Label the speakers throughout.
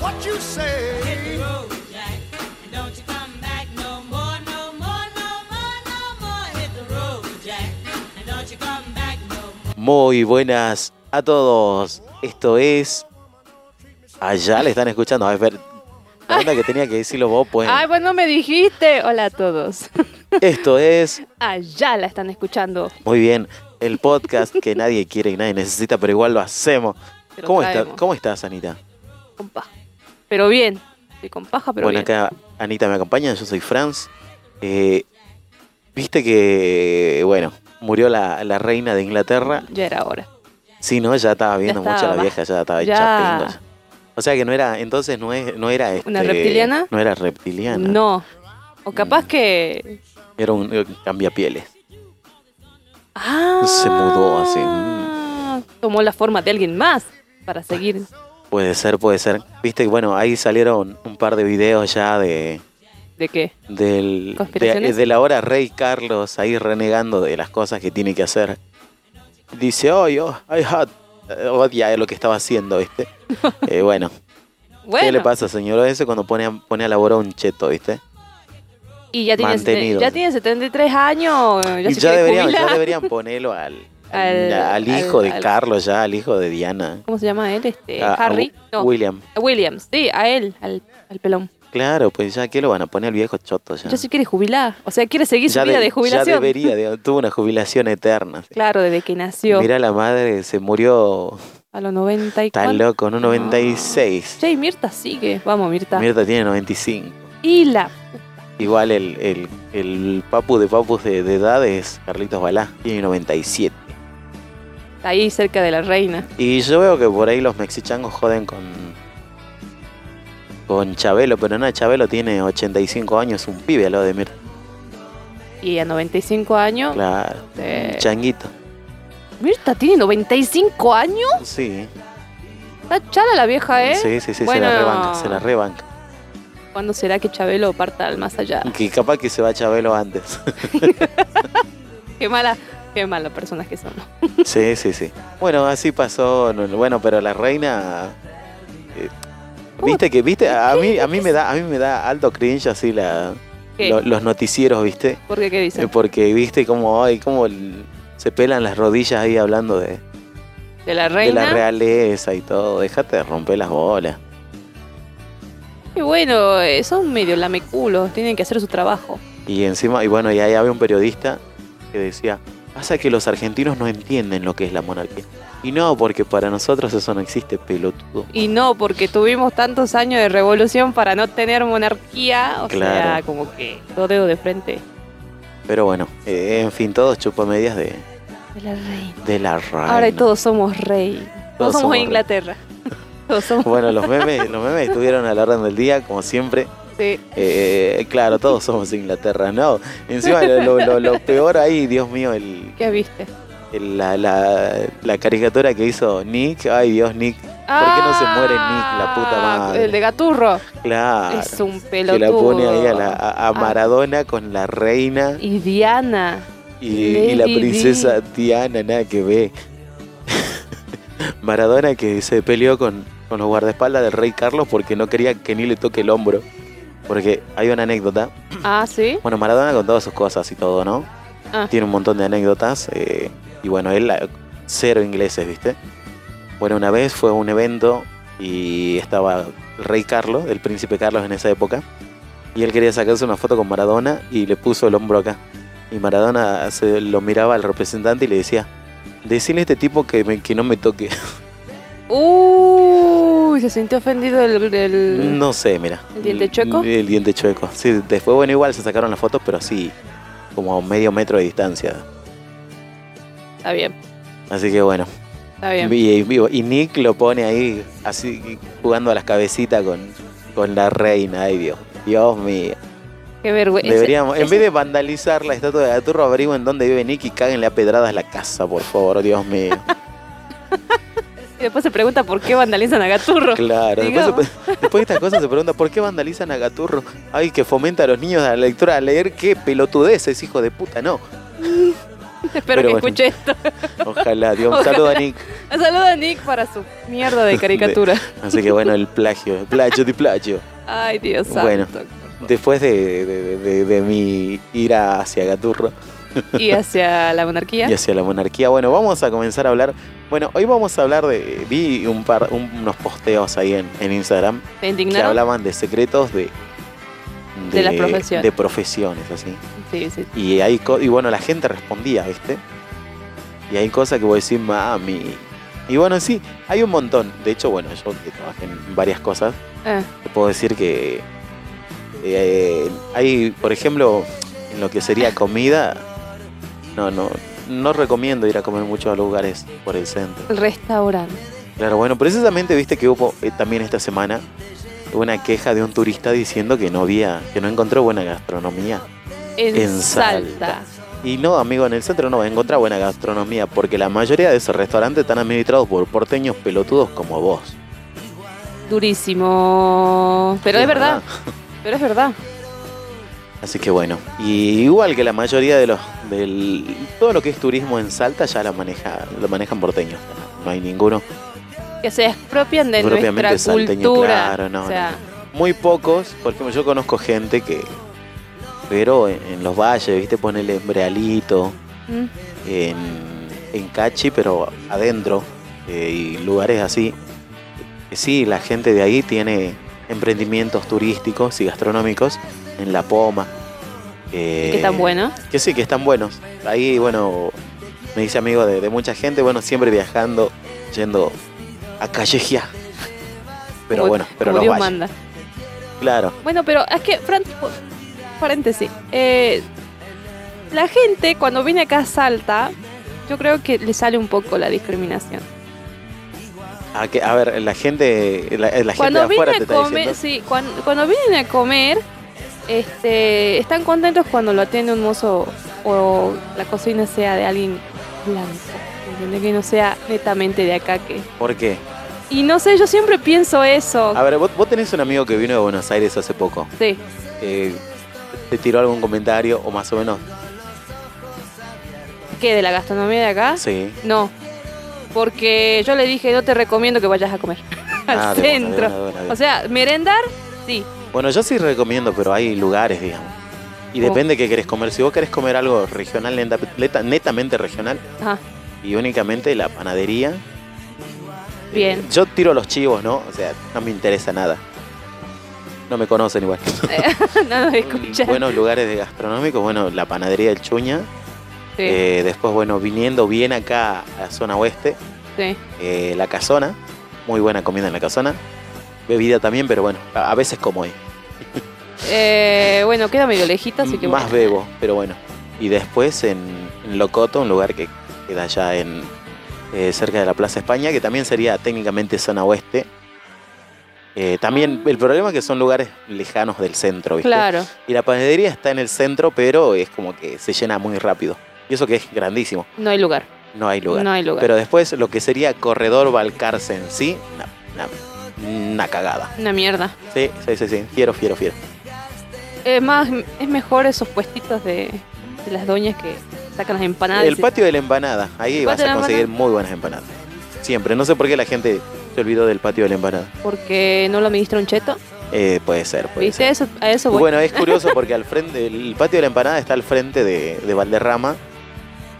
Speaker 1: what you say.
Speaker 2: Hit the road, Jack, and don't you come back no more, no more, no more, no more. Hit the road, Jack, and don't you come back no more.
Speaker 3: Muy buenas a todos. Esto es. Allá le están escuchando. A ver, la onda que tenía que decirlo vos, pues.
Speaker 4: Ay, bueno, me dijiste. Hola a todos.
Speaker 3: Esto es.
Speaker 4: Allá la están escuchando.
Speaker 3: Muy bien. El podcast que nadie quiere y nadie necesita, pero igual lo hacemos.
Speaker 4: Pero
Speaker 3: ¿Cómo, está,
Speaker 4: traemos.
Speaker 3: ¿Cómo estás, Anita?
Speaker 4: Con paja. Pero bien. Estoy con paja, pero
Speaker 3: bueno,
Speaker 4: bien.
Speaker 3: acá Anita me acompaña, yo soy Franz. Eh, Viste que, bueno, murió la, la reina de Inglaterra.
Speaker 4: Ya era hora.
Speaker 3: Sí, no, ya estaba viendo
Speaker 4: estaba,
Speaker 3: mucho a la
Speaker 4: va.
Speaker 3: vieja, ya estaba
Speaker 4: Ya.
Speaker 3: hecha pingo ya. O sea que no era, entonces no, es, no era
Speaker 4: ¿Una
Speaker 3: este,
Speaker 4: reptiliana?
Speaker 3: No era reptiliana.
Speaker 4: No.
Speaker 3: Mm.
Speaker 4: O capaz que.
Speaker 3: Era un eh, cambiapieles.
Speaker 4: Ah.
Speaker 3: Se mudó así. Mm.
Speaker 4: Tomó la forma de alguien más para seguir.
Speaker 3: Puede ser, puede ser. Viste que, bueno, ahí salieron un par de videos ya de,
Speaker 4: ¿De qué?
Speaker 3: del, de,
Speaker 4: ¿Conspiraciones?
Speaker 3: de la hora Rey Carlos ahí renegando de las cosas que tiene que hacer. Dice, oh, yo, I had, eh, odia lo que estaba haciendo, ¿viste? Eh, bueno,
Speaker 4: Bueno.
Speaker 3: ¿qué le pasa, señor? Eso cuando pone a, pone a labor a un cheto, ¿viste?
Speaker 4: Y ya tiene,
Speaker 3: Mantenido.
Speaker 4: ya tiene 73 años. Ya,
Speaker 3: y ya
Speaker 4: se quiere
Speaker 3: deberían,
Speaker 4: jubilar.
Speaker 3: ya deberían ponerlo al, al,
Speaker 4: Al-
Speaker 3: al hijo
Speaker 4: al-
Speaker 3: de
Speaker 4: al-
Speaker 3: Carlos, ya, al hijo de Diana.
Speaker 4: ¿Cómo se llama él? Este,
Speaker 3: Ah, A- a
Speaker 4: Harry.
Speaker 3: Wi-
Speaker 4: No,
Speaker 3: William.
Speaker 4: a Williams. Sí, a él, al, al pelón.
Speaker 3: Claro, pues ya, ¿qué lo van a poner al viejo choto ya?
Speaker 4: Ya se quiere jubilar. O sea, quiere seguir su
Speaker 3: Ah. Ya
Speaker 4: vida
Speaker 3: de-
Speaker 4: de jubilación.
Speaker 3: Ya debería, de- tuvo una jubilación eterna.
Speaker 4: Este, Claro, desde que nació.
Speaker 3: Mira la madre, se murió
Speaker 4: A los 90 y
Speaker 3: tan
Speaker 4: cuan-
Speaker 3: loco, en un 96.
Speaker 4: Che, y Mirta sigue. Vamos, Mirta.
Speaker 3: Mirta tiene 95.
Speaker 4: Y la.
Speaker 3: Igual el, el, el papu de papus de, de edad es Carlitos Balá, tiene 97.
Speaker 4: Ahí cerca de la reina.
Speaker 3: Y yo veo que por ahí los mexichangos joden con con Chabelo, pero no, Chabelo tiene 85 años, un pibe al lado de Mirta.
Speaker 4: Y a 95 años.
Speaker 3: Claro,
Speaker 4: eh,
Speaker 3: changuito.
Speaker 4: Mirta tiene 95 años.
Speaker 3: Sí,
Speaker 4: Está chala la vieja, ¿eh?
Speaker 3: sí, sí, sí, se la
Speaker 4: Bueno.
Speaker 3: rebanca, se la rebanca.
Speaker 4: ¿Cuándo será que Chabelo parta al más allá?
Speaker 3: Que capaz que se va Chabelo antes.
Speaker 4: Qué mala, qué malas personas que son. ¿no?
Speaker 3: Sí, sí, sí. Bueno, así pasó. no, no, Bueno, pero la reina. eh, Viste que, viste, a mí, a mí me da, a mí me da alto cringe así la,
Speaker 4: ¿Qué?
Speaker 3: lo- los noticieros, viste,
Speaker 4: ¿Por qué qué
Speaker 3: Eh,
Speaker 4: dicen?
Speaker 3: porque viste cómo, ay, cómo el- se pelan las rodillas ahí hablando de,
Speaker 4: De la
Speaker 3: de
Speaker 4: reina.
Speaker 3: la realeza y todo. Déjate de romper las bolas.
Speaker 4: Y bueno, eh, son medio lameculos, tienen que hacer su trabajo.
Speaker 3: Y encima, y bueno, y ahí había un periodista que decía, pasa que los argentinos no entienden lo que es la monarquía. Y no, porque para nosotros eso no existe, pelotudo.
Speaker 4: Y no, porque tuvimos tantos años de revolución para no tener monarquía, o sea,
Speaker 3: Claro.
Speaker 4: como que dos dedos de frente.
Speaker 3: Pero bueno, eh, en fin, todos chupamedias de,
Speaker 4: De la reina.
Speaker 3: de la reina.
Speaker 4: Ahora todos somos rey.
Speaker 3: Todos
Speaker 4: Todos, somos,
Speaker 3: somos
Speaker 4: Inglaterra. todos somos.
Speaker 3: Bueno, los memes, los memes estuvieron a la orden del día, como siempre.
Speaker 4: sí.
Speaker 3: Eh, claro, todos somos Inglaterra, ¿no? Encima, lo, lo- lo- lo peor ahí, Dios mío, el,
Speaker 4: ¿Qué viste?
Speaker 3: el- la, la- la caricatura que hizo Nick. Ay, Dios, Nick. qué no se muere Nick, la puta madre?
Speaker 4: Ah, El de Gaturro.
Speaker 3: Claro.
Speaker 4: Es un
Speaker 3: Que
Speaker 4: pelotudo. Ah.
Speaker 3: la pone ahí a, la- a- a Maradona con la reina
Speaker 4: Y Diana.
Speaker 3: y, y la
Speaker 4: Lady Di.
Speaker 3: princesa Diana, nada que ve. Maradona que se peleó con, con los guardaespaldas del rey Carlos porque no quería que ni le toque el hombro. Porque hay una anécdota.
Speaker 4: Ah, sí.
Speaker 3: Bueno, Maradona con todas sus cosas y todo, ¿no?
Speaker 4: Ah.
Speaker 3: Tiene un montón de anécdotas. eh, y bueno, él, eh, cero ingleses, ¿viste? Bueno, una vez fue a un evento y estaba el rey Carlos, el príncipe Carlos en esa época. Y él quería sacarse una foto con Maradona y le puso el hombro acá. Y Maradona se lo miraba al representante y le decía, decile a este tipo que, me- que no me toque.
Speaker 4: Uy, se sintió ofendido el. el-
Speaker 3: No sé, mira.
Speaker 4: Mm. ¿El diente chueco?
Speaker 3: El, diente chueco. Sí, después, bueno, igual se sacaron las fotos, pero así, como a medio metro de distancia.
Speaker 4: Está bien,
Speaker 3: Así que bueno.
Speaker 4: está bien.
Speaker 3: Y, y- y Nick lo pone ahí, así, jugando a las cabecitas con, con la reina. Ay, Dios. Dios mío.
Speaker 4: Qué vergüenza.
Speaker 3: Deberíamos, en
Speaker 4: Pues ese-
Speaker 3: vez de vandalizar la estatua de Gaturro, averigüen dónde vive Nick y cáguenle a pedradas la casa, por favor. Dios mío.
Speaker 4: Y después se pregunta por qué vandalizan a Gaturro.
Speaker 3: Claro, después,
Speaker 4: Digamos.
Speaker 3: se- después de estas cosas se pregunta por qué vandalizan a Gaturro. Ay, que fomenta a los niños a la lectura, a leer qué pelotudeces, hijo de puta, no.
Speaker 4: Espero
Speaker 3: Pero
Speaker 4: que
Speaker 3: bueno.
Speaker 4: escuche esto.
Speaker 3: Ojalá, Dios. Un
Speaker 4: Ojalá.
Speaker 3: saludo a Nick.
Speaker 4: Saluda a Nick para su mierda de caricatura.
Speaker 3: Así que bueno, el plagio, el plagio de plagio.
Speaker 4: Ay, Dios
Speaker 3: Bueno.
Speaker 4: santo.
Speaker 3: Después de, de- de- de mi ira hacia Gaturro
Speaker 4: Y hacia la monarquía.
Speaker 3: y hacia la monarquía, bueno, vamos a comenzar a hablar. Bueno, hoy vamos a hablar de. Vi un par, un- unos posteos ahí en, en Instagram
Speaker 4: ¿Te
Speaker 3: que
Speaker 4: indignaron?
Speaker 3: hablaban de secretos de.
Speaker 4: De las profesiones.
Speaker 3: De profesiones, así.
Speaker 4: Sí, sí.
Speaker 3: Y, hay co- y bueno, la gente respondía, ¿viste? Y hay cosas que vos decís, mami. Y bueno, sí, hay un montón. De hecho, bueno, yo que trabajé en varias cosas,
Speaker 4: Ah,
Speaker 3: te puedo decir que eh, hay, por ejemplo, en lo que sería comida, no, no, no recomiendo ir a comer muchos lugares por el centro.
Speaker 4: el restaurante.
Speaker 3: Claro, bueno, precisamente viste que hubo eh, también esta semana una queja de un turista diciendo que no había, que no encontró buena gastronomía.
Speaker 4: En,
Speaker 3: En Salta.
Speaker 4: Salta.
Speaker 3: Y no, amigo, en el centro no vas a encontrar buena gastronomía, porque la mayoría de esos restaurantes están administrados por porteños pelotudos como vos.
Speaker 4: Durísimo. Pero
Speaker 3: Sí,
Speaker 4: es verdad. Pero es verdad.
Speaker 3: Así que bueno, y igual que la mayoría de los del todo lo que es turismo en Salta ya la maneja lo manejan porteños. No hay ninguno.
Speaker 4: Que se expropian de
Speaker 3: Propiamente
Speaker 4: nuestra
Speaker 3: salteño,
Speaker 4: cultura.
Speaker 3: claro, no,
Speaker 4: o sea,
Speaker 3: no, Muy pocos, por ejemplo, yo conozco gente que pero en, en los valles, ¿viste? Ponele en Brealito,
Speaker 4: mm,
Speaker 3: en, en Cachi, pero adentro eh, y lugares así. Sí, la gente de ahí tiene emprendimientos turísticos y gastronómicos en La Poma. eh,
Speaker 4: qué tan bueno.
Speaker 3: que sí, que están buenos. Ahí, bueno, me hice amigo de, de mucha gente, bueno, siempre viajando, yendo a callejear. Pero
Speaker 4: como-
Speaker 3: bueno, pero
Speaker 4: como
Speaker 3: los
Speaker 4: Dios
Speaker 3: valles.
Speaker 4: manda.
Speaker 3: Claro,
Speaker 4: Bueno, pero es que, Fran, po- paréntesis. eh, la gente cuando viene acá a Salta, yo creo que le sale un poco la discriminación.
Speaker 3: a, que, a ver, la gente, la, la gente de
Speaker 4: Cuando
Speaker 3: afuera
Speaker 4: vienen
Speaker 3: te
Speaker 4: a
Speaker 3: está
Speaker 4: comer,
Speaker 3: diciendo.
Speaker 4: sí, cuan- cuando, vienen a comer, este, están contentos cuando lo atiende un mozo o la cocina sea de alguien blanco, ¿entendés? que no sea netamente de acá que.
Speaker 3: ¿Por qué?
Speaker 4: Y no sé, yo siempre pienso eso.
Speaker 3: A ver, vos, vos tenés un amigo que vino de Buenos Aires hace poco.
Speaker 4: Sí.
Speaker 3: eh, ¿Te tiró algún comentario o más o menos?
Speaker 4: ¿Qué de la gastronomía de acá?
Speaker 3: Sí.
Speaker 4: No. Porque yo le dije, no te recomiendo que vayas a comer al
Speaker 3: Ah, de una, de
Speaker 4: centro.
Speaker 3: una, de una, de
Speaker 4: O sea, merendar, sí.
Speaker 3: una. Bueno, yo sí recomiendo, pero hay lugares, digamos. Y
Speaker 4: Oh.
Speaker 3: depende qué querés comer. Si vos querés comer algo regional, neta- neta- netamente regional,
Speaker 4: Ajá.
Speaker 3: y únicamente la panadería.
Speaker 4: Bien.
Speaker 3: Eh, yo tiro los chivos, ¿no? O sea, no me interesa nada. No me conocen igual.
Speaker 4: no
Speaker 3: eh,
Speaker 4: nos escuchan.
Speaker 3: Buenos lugares de gastronómicos, bueno, la panadería del Chuña.
Speaker 4: sí,
Speaker 3: Eh, después, bueno, viniendo bien acá a la zona oeste,
Speaker 4: sí.
Speaker 3: eh, la casona. Muy buena comida en la casona. Bebida también, pero bueno, a a veces como hoy.
Speaker 4: Eh, bueno, queda medio lejito, así que
Speaker 3: Más
Speaker 4: bueno.
Speaker 3: bebo, pero bueno. Y después en, en Locoto, un lugar que queda allá en eh, cerca de la Plaza España, que también sería técnicamente zona oeste. Eh, también el problema es que son lugares lejanos del centro, ¿viste?
Speaker 4: Ah. Claro.
Speaker 3: Y la panadería está en el centro, pero es como que se llena muy rápido. Y eso que es grandísimo,
Speaker 4: No hay lugar.
Speaker 3: no hay lugar.
Speaker 4: No hay lugar.
Speaker 3: Pero después lo que sería Corredor Balcarce en sí, una, una- una cagada.
Speaker 4: Una mierda.
Speaker 3: Sí, sí, sí, sí, fiero, fiero, fiero.
Speaker 4: Es más, es mejor esos puestitos de, de las doñas que sacan las empanadas.
Speaker 3: el patio de la empanada. Ahí
Speaker 4: Ah, ¿El
Speaker 3: vas
Speaker 4: patio de
Speaker 3: a
Speaker 4: la
Speaker 3: conseguir muy buenas empanadas. Siempre. No sé por qué la gente se olvidó del patio de la empanada.
Speaker 4: Porque no lo administra un cheto.
Speaker 3: Eh, puede ser, puede
Speaker 4: ¿Viste?
Speaker 3: ser.
Speaker 4: Eso, a eso voy.
Speaker 3: Bueno, es curioso porque al frente, el patio de la empanada está al frente de, de Valderrama.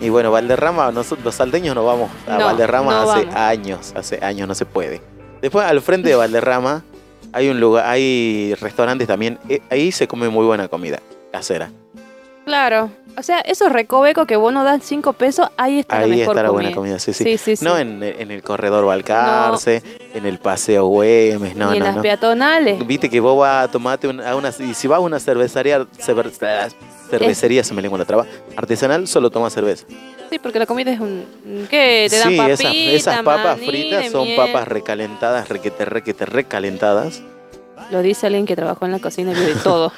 Speaker 3: Y bueno, Valderrama, nosotros los salteños no vamos a
Speaker 4: No,
Speaker 3: Valderrama
Speaker 4: no
Speaker 3: hace
Speaker 4: vamos.
Speaker 3: años, hace años no se puede. Después al frente de Valderrama hay un lugar, hay restaurantes también, eh, ahí se come muy buena comida casera.
Speaker 4: Claro. O sea, esos recovecos que vos no das 5 pesos, ahí está la
Speaker 3: Ahí
Speaker 4: mejor
Speaker 3: está la
Speaker 4: comida.
Speaker 3: buena comida, sí, sí.
Speaker 4: Sí, sí, sí.
Speaker 3: No en, en el corredor Balcarce, en el paseo Güemes, no,
Speaker 4: Ni en
Speaker 3: no,
Speaker 4: las
Speaker 3: no.
Speaker 4: peatonales.
Speaker 3: Viste que vos vas a tomarte un- a una. Y si vas a una cervecería, cerve- cervecería, se me lengua la traba. Artesanal, solo toma cerveza.
Speaker 4: Sí, porque la comida es un... ¿Qué? Te dan
Speaker 3: sí,
Speaker 4: papitas,
Speaker 3: esas, esas papas
Speaker 4: maní, de
Speaker 3: fritas son
Speaker 4: miel.
Speaker 3: papas recalentadas, requete, requete, recalentadas.
Speaker 4: Lo dice alguien que trabajó en la cocina y vio de todo.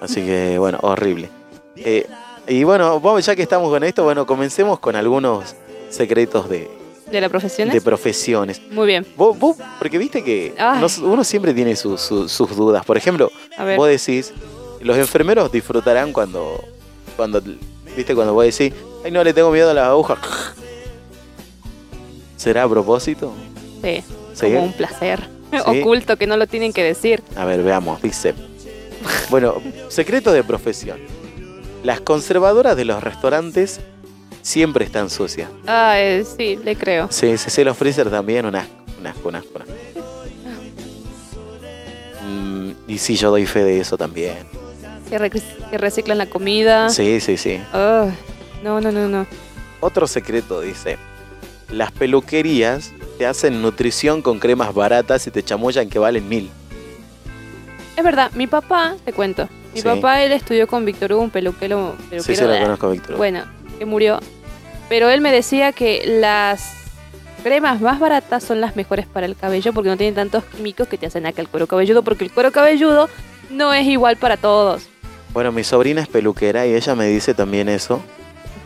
Speaker 3: Así que, bueno, horrible. Eh, y bueno, vamos, ya que estamos con esto, bueno, comencemos con algunos secretos de,
Speaker 4: ¿De la profesión?
Speaker 3: de profesiones.
Speaker 4: Muy bien.
Speaker 3: Vos, vos, porque viste que
Speaker 4: Ay.
Speaker 3: nos- uno siempre tiene su- su- sus dudas. Por ejemplo,
Speaker 4: A ver.
Speaker 3: vos decís, los enfermeros disfrutarán cuando, cuando, viste, cuando vos decís, Ay, no, le tengo miedo a las agujas. ¿Será a propósito?
Speaker 4: Sí,
Speaker 3: ¿Sí?
Speaker 4: como un placer
Speaker 3: Sí.
Speaker 4: oculto que no lo tienen que decir.
Speaker 3: A ver, veamos, dice. Bueno, secreto de profesión. Las conservadoras de los restaurantes siempre están sucias.
Speaker 4: Ah, eh, sí, le creo.
Speaker 3: Sí, sí, sí, los freezer también, un asco, un asco, un asco, un asco.
Speaker 4: Ah.
Speaker 3: Mm, y sí, yo doy fe de eso también.
Speaker 4: Que, rec- que reciclan la comida.
Speaker 3: Sí, sí, sí.
Speaker 4: Ah, no, no, no, no.
Speaker 3: Otro secreto dice, las peluquerías te hacen nutrición con cremas baratas y te chamullan que valen mil.
Speaker 4: Es verdad, mi papá, te cuento. Mi
Speaker 3: Sí.
Speaker 4: papá, él estudió con Víctor Hugo, un peluquero. peluquero
Speaker 3: Sí, sí, lo
Speaker 4: de-
Speaker 3: conozco, Víctor.
Speaker 4: Bueno, que murió. Pero él me decía que las cremas más baratas son las mejores para el cabello porque no tienen tantos químicos que te hacen acá el cuero cabelludo, porque el cuero cabelludo no es igual para todos.
Speaker 3: Bueno, mi sobrina es peluquera y ella me dice también eso.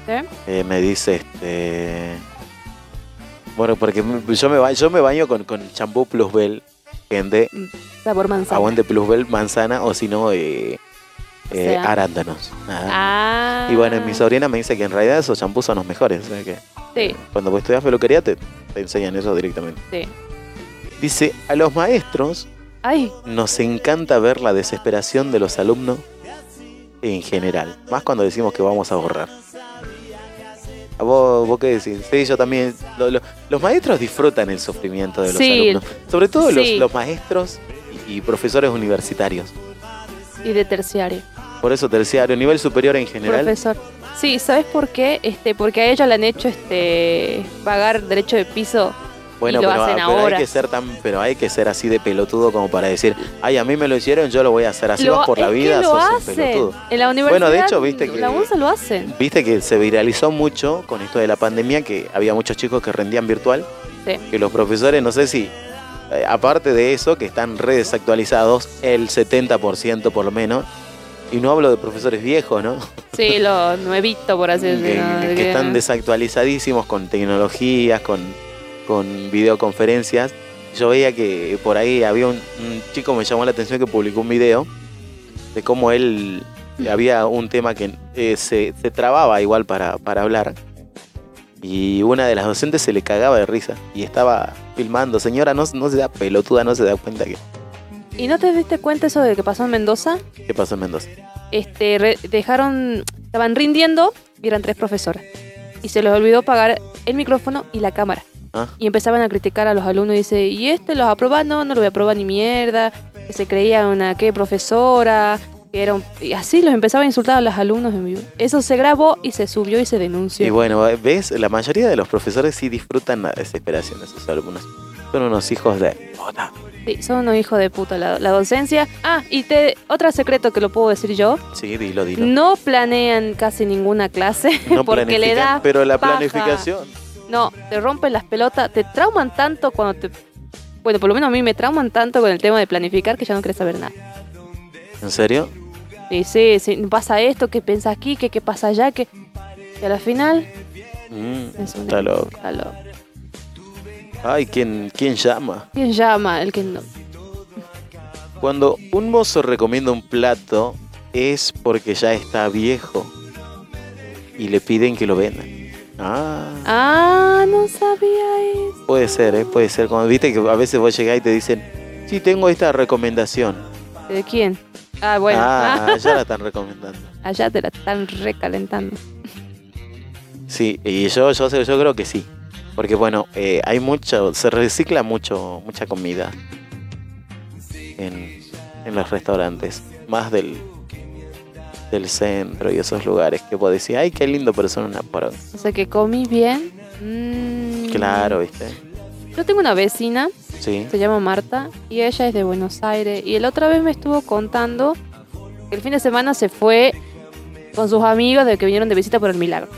Speaker 4: ¿sí?
Speaker 3: Eh, me dice, este... Bueno, porque yo me, ba- yo me baño con, con champú plusbel, gente,
Speaker 4: Sabor manzana.
Speaker 3: jabón de plusbel, manzana o si no, eh,
Speaker 4: O
Speaker 3: eh,
Speaker 4: sea.
Speaker 3: arándanos. Nada.
Speaker 4: Ah.
Speaker 3: Y bueno, mi sobrina me dice que en realidad esos champús son los mejores. o sea que
Speaker 4: Sí,
Speaker 3: Cuando vos estudias peluquería te, te enseñan eso directamente.
Speaker 4: sí.
Speaker 3: Dice, a los maestros
Speaker 4: Ay,
Speaker 3: nos encanta ver la desesperación de los alumnos en general. Más cuando decimos que vamos a ahorrar. ¿A vos, vos qué decís? Sí, yo también. Lo- lo- los maestros disfrutan el sufrimiento de los
Speaker 4: Sí.
Speaker 3: alumnos. Sobre todo los,
Speaker 4: Sí.
Speaker 3: los maestros y, y profesores universitarios.
Speaker 4: y de terciario.
Speaker 3: Por eso terciario, nivel superior en general.
Speaker 4: Profesor. Sí, ¿sabes por qué? Este, porque a ellos le han hecho este pagar derecho de piso.
Speaker 3: Bueno,
Speaker 4: y lo
Speaker 3: pero, ah,
Speaker 4: hacen
Speaker 3: pero hay
Speaker 4: ahora.
Speaker 3: que ser tan, pero hay que ser así de pelotudo como para decir, ay, a mí me lo hicieron, yo lo voy a hacer así
Speaker 4: Lo-
Speaker 3: vas por la
Speaker 4: es que
Speaker 3: vida,
Speaker 4: lo
Speaker 3: sos un
Speaker 4: hacen.
Speaker 3: pelotudo.
Speaker 4: En la universidad.
Speaker 3: Bueno, de hecho, viste que-
Speaker 4: La UNSA lo hacen.
Speaker 3: Viste que se viralizó mucho con esto de la pandemia, que había muchos chicos que rendían virtual,
Speaker 4: Sí.
Speaker 3: que los profesores, no sé si, eh, aparte de eso, que están re desactualizados, el 70% por lo menos, y no hablo de profesores viejos, ¿no?
Speaker 4: Sí, lo nuevito, por así
Speaker 3: Que,
Speaker 4: decirlo.
Speaker 3: que- que
Speaker 4: que-
Speaker 3: están desactualizadísimos con tecnologías, con, con videoconferencias. Yo veía que por ahí había un, un chico, me llamó la atención, que publicó un video de cómo él había un tema que eh, se, se trababa igual para, para hablar. Y una de las docentes se le cagaba de risa y estaba filmando. Señora, no, no se da pelotuda, no se da cuenta que,
Speaker 4: ¿Y no te diste cuenta eso de que pasó en Mendoza?
Speaker 3: que pasó en Mendoza.
Speaker 4: Este, re- dejaron, estaban rindiendo y eran tres profesoras. Y se les olvidó pagar el micrófono y la cámara.
Speaker 3: Ah.
Speaker 4: Y empezaban a criticar a los alumnos y dice, ¿y este los aprueba? No, no lo voy a aprobar ni mierda. Que se creía una qué profesora. Que era un- Y así los empezaba a insultar a los alumnos en vivo. Eso se grabó y se subió y se denunció.
Speaker 3: Y bueno, ves, la mayoría de los profesores sí disfrutan la desesperación de sus alumnos. Son unos hijos de puta.
Speaker 4: Sí, son unos hijos de puta la, la docencia. Ah, y te, otro secreto que lo puedo decir yo.
Speaker 3: Sí, dilo, dilo.
Speaker 4: No planean casi ninguna clase
Speaker 3: No
Speaker 4: porque le
Speaker 3: planifican,
Speaker 4: da.
Speaker 3: Pero la
Speaker 4: paja.
Speaker 3: planificación.
Speaker 4: No, te rompen las pelotas, te trauman tanto cuando te. Bueno, por lo menos a mí me trauman tanto con el tema de planificar que ya no querés saber nada.
Speaker 3: ¿En serio?
Speaker 4: Y sí, sí, pasa esto, que piensa aquí, que qué pasa allá, que. Y a la final.
Speaker 3: Mm,
Speaker 4: es una-
Speaker 3: está loco.
Speaker 4: está loco.
Speaker 3: Ay, ¿quién, ¿quién llama?
Speaker 4: ¿Quién llama? El que no.
Speaker 3: Cuando un mozo recomienda un plato es porque ya está viejo y le piden que lo vendan. Ah,
Speaker 4: Ah, no sabía eso.
Speaker 3: puede ser, ¿eh? puede ser. Como viste que a veces vos llegás y te dicen, sí, tengo esta recomendación.
Speaker 4: ¿De quién? Ah, bueno.
Speaker 3: Ah, ya la están recomendando.
Speaker 4: allá te la están recalentando.
Speaker 3: Sí, y yo, yo, sé- yo creo que sí. Porque bueno, eh, hay mucho, se recicla mucho, mucha comida en, en los restaurantes, más del, del centro y esos lugares que vos decís, ay, qué lindo, pero son una poronga".
Speaker 4: O sea que comí bien. Mm.
Speaker 3: Claro, ¿viste?
Speaker 4: Yo tengo una vecina,
Speaker 3: Sí.
Speaker 4: se llama Marta, y ella es de Buenos Aires. Y la otra vez me estuvo contando que el fin de semana se fue con sus amigos de que vinieron de visita por el milagro.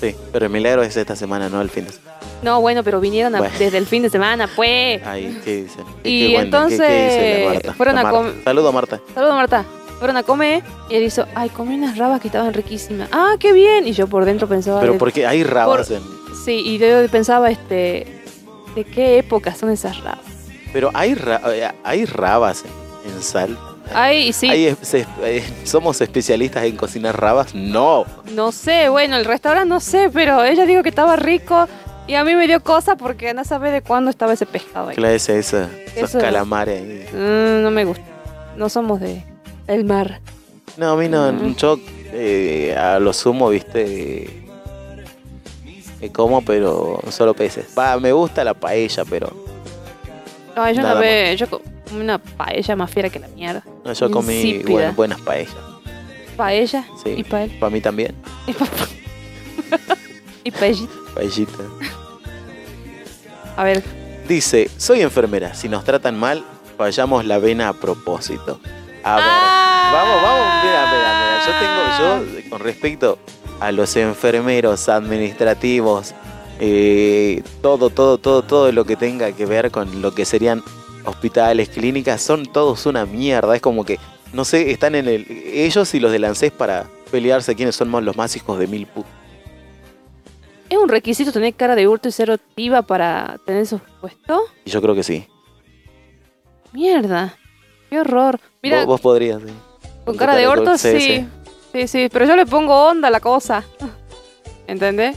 Speaker 3: Sí, pero el milagro es esta semana, no el fin de semana.
Speaker 4: No, bueno, pero vinieron a-
Speaker 3: Bueno.
Speaker 4: desde el fin de semana, pues.
Speaker 3: Ay, ¿qué dicen? ¿Qué- qué
Speaker 4: Y
Speaker 3: bueno? ¿Qué- qué dice la
Speaker 4: entonces,
Speaker 3: Marta?
Speaker 4: fueron
Speaker 3: La
Speaker 4: a
Speaker 3: Marta.
Speaker 4: com-
Speaker 3: Saludo, Marta.
Speaker 4: Saludos, Marta. Fueron a comer y él hizo, ay, comí unas rabas que estaban riquísimas. Ah, qué bien. Y yo por dentro pensaba,
Speaker 3: Pero
Speaker 4: de-
Speaker 3: porque hay rabas en...
Speaker 4: sí, y yo pensaba, este, ¿de qué época son esas rabas?
Speaker 3: Pero hay, ra- hay rabas eh, en, en sal.
Speaker 4: Ay, sí.
Speaker 3: Ahí es- se- eh, ¿Somos especialistas en cocinar rabas? No.
Speaker 4: No sé, bueno, el restaurante no sé, pero ella dijo que estaba rico y a mí me dio cosa porque no sabe de cuándo estaba ese pescado ahí.
Speaker 3: Claro, ese, ese, esos
Speaker 4: Eso.
Speaker 3: calamares. ahí.
Speaker 4: Mm, no me gusta. No somos de el mar.
Speaker 3: No, a mí no.
Speaker 4: Mm.
Speaker 3: Yo eh, a lo sumo, viste. eh, eh, como, pero solo peces. Va, me gusta la paella, pero.
Speaker 4: No, yo
Speaker 3: Nada
Speaker 4: no ve, yo co- una paella más fiera que la mierda.
Speaker 3: no, yo comí
Speaker 4: Insípida.
Speaker 3: bueno, buenas paellas.
Speaker 4: Paella
Speaker 3: Sí.
Speaker 4: y paella
Speaker 3: Para mí también.
Speaker 4: y, pa- y paellita.
Speaker 3: Paellita.
Speaker 4: A ver,
Speaker 3: Dice: Soy enfermera. Si nos tratan mal, fallamos la vena a propósito. A ver.
Speaker 4: Ah,
Speaker 3: Vamos, vamos, mira, mira, mira. Yo tengo, yo, eh, con respecto a los enfermeros administrativos, eh, todo, todo, todo, todo lo que tenga que ver con lo que serían hospitales, clínicas, son todos una mierda. Es como que, no sé, están en el. Ellos y los del ANSES para pelearse quiénes son más- los más hijos de mil putas.
Speaker 4: ¿Es un requisito tener cara de hurto y ser activa para tener esos puestos?
Speaker 3: Y yo creo que sí.
Speaker 4: Mierda. Qué horror. Mira,
Speaker 3: vos, vos podrías. sí.
Speaker 4: Con cara de orto, sí. sí. Sí, pero yo le pongo onda a la cosa. ¿Entendés?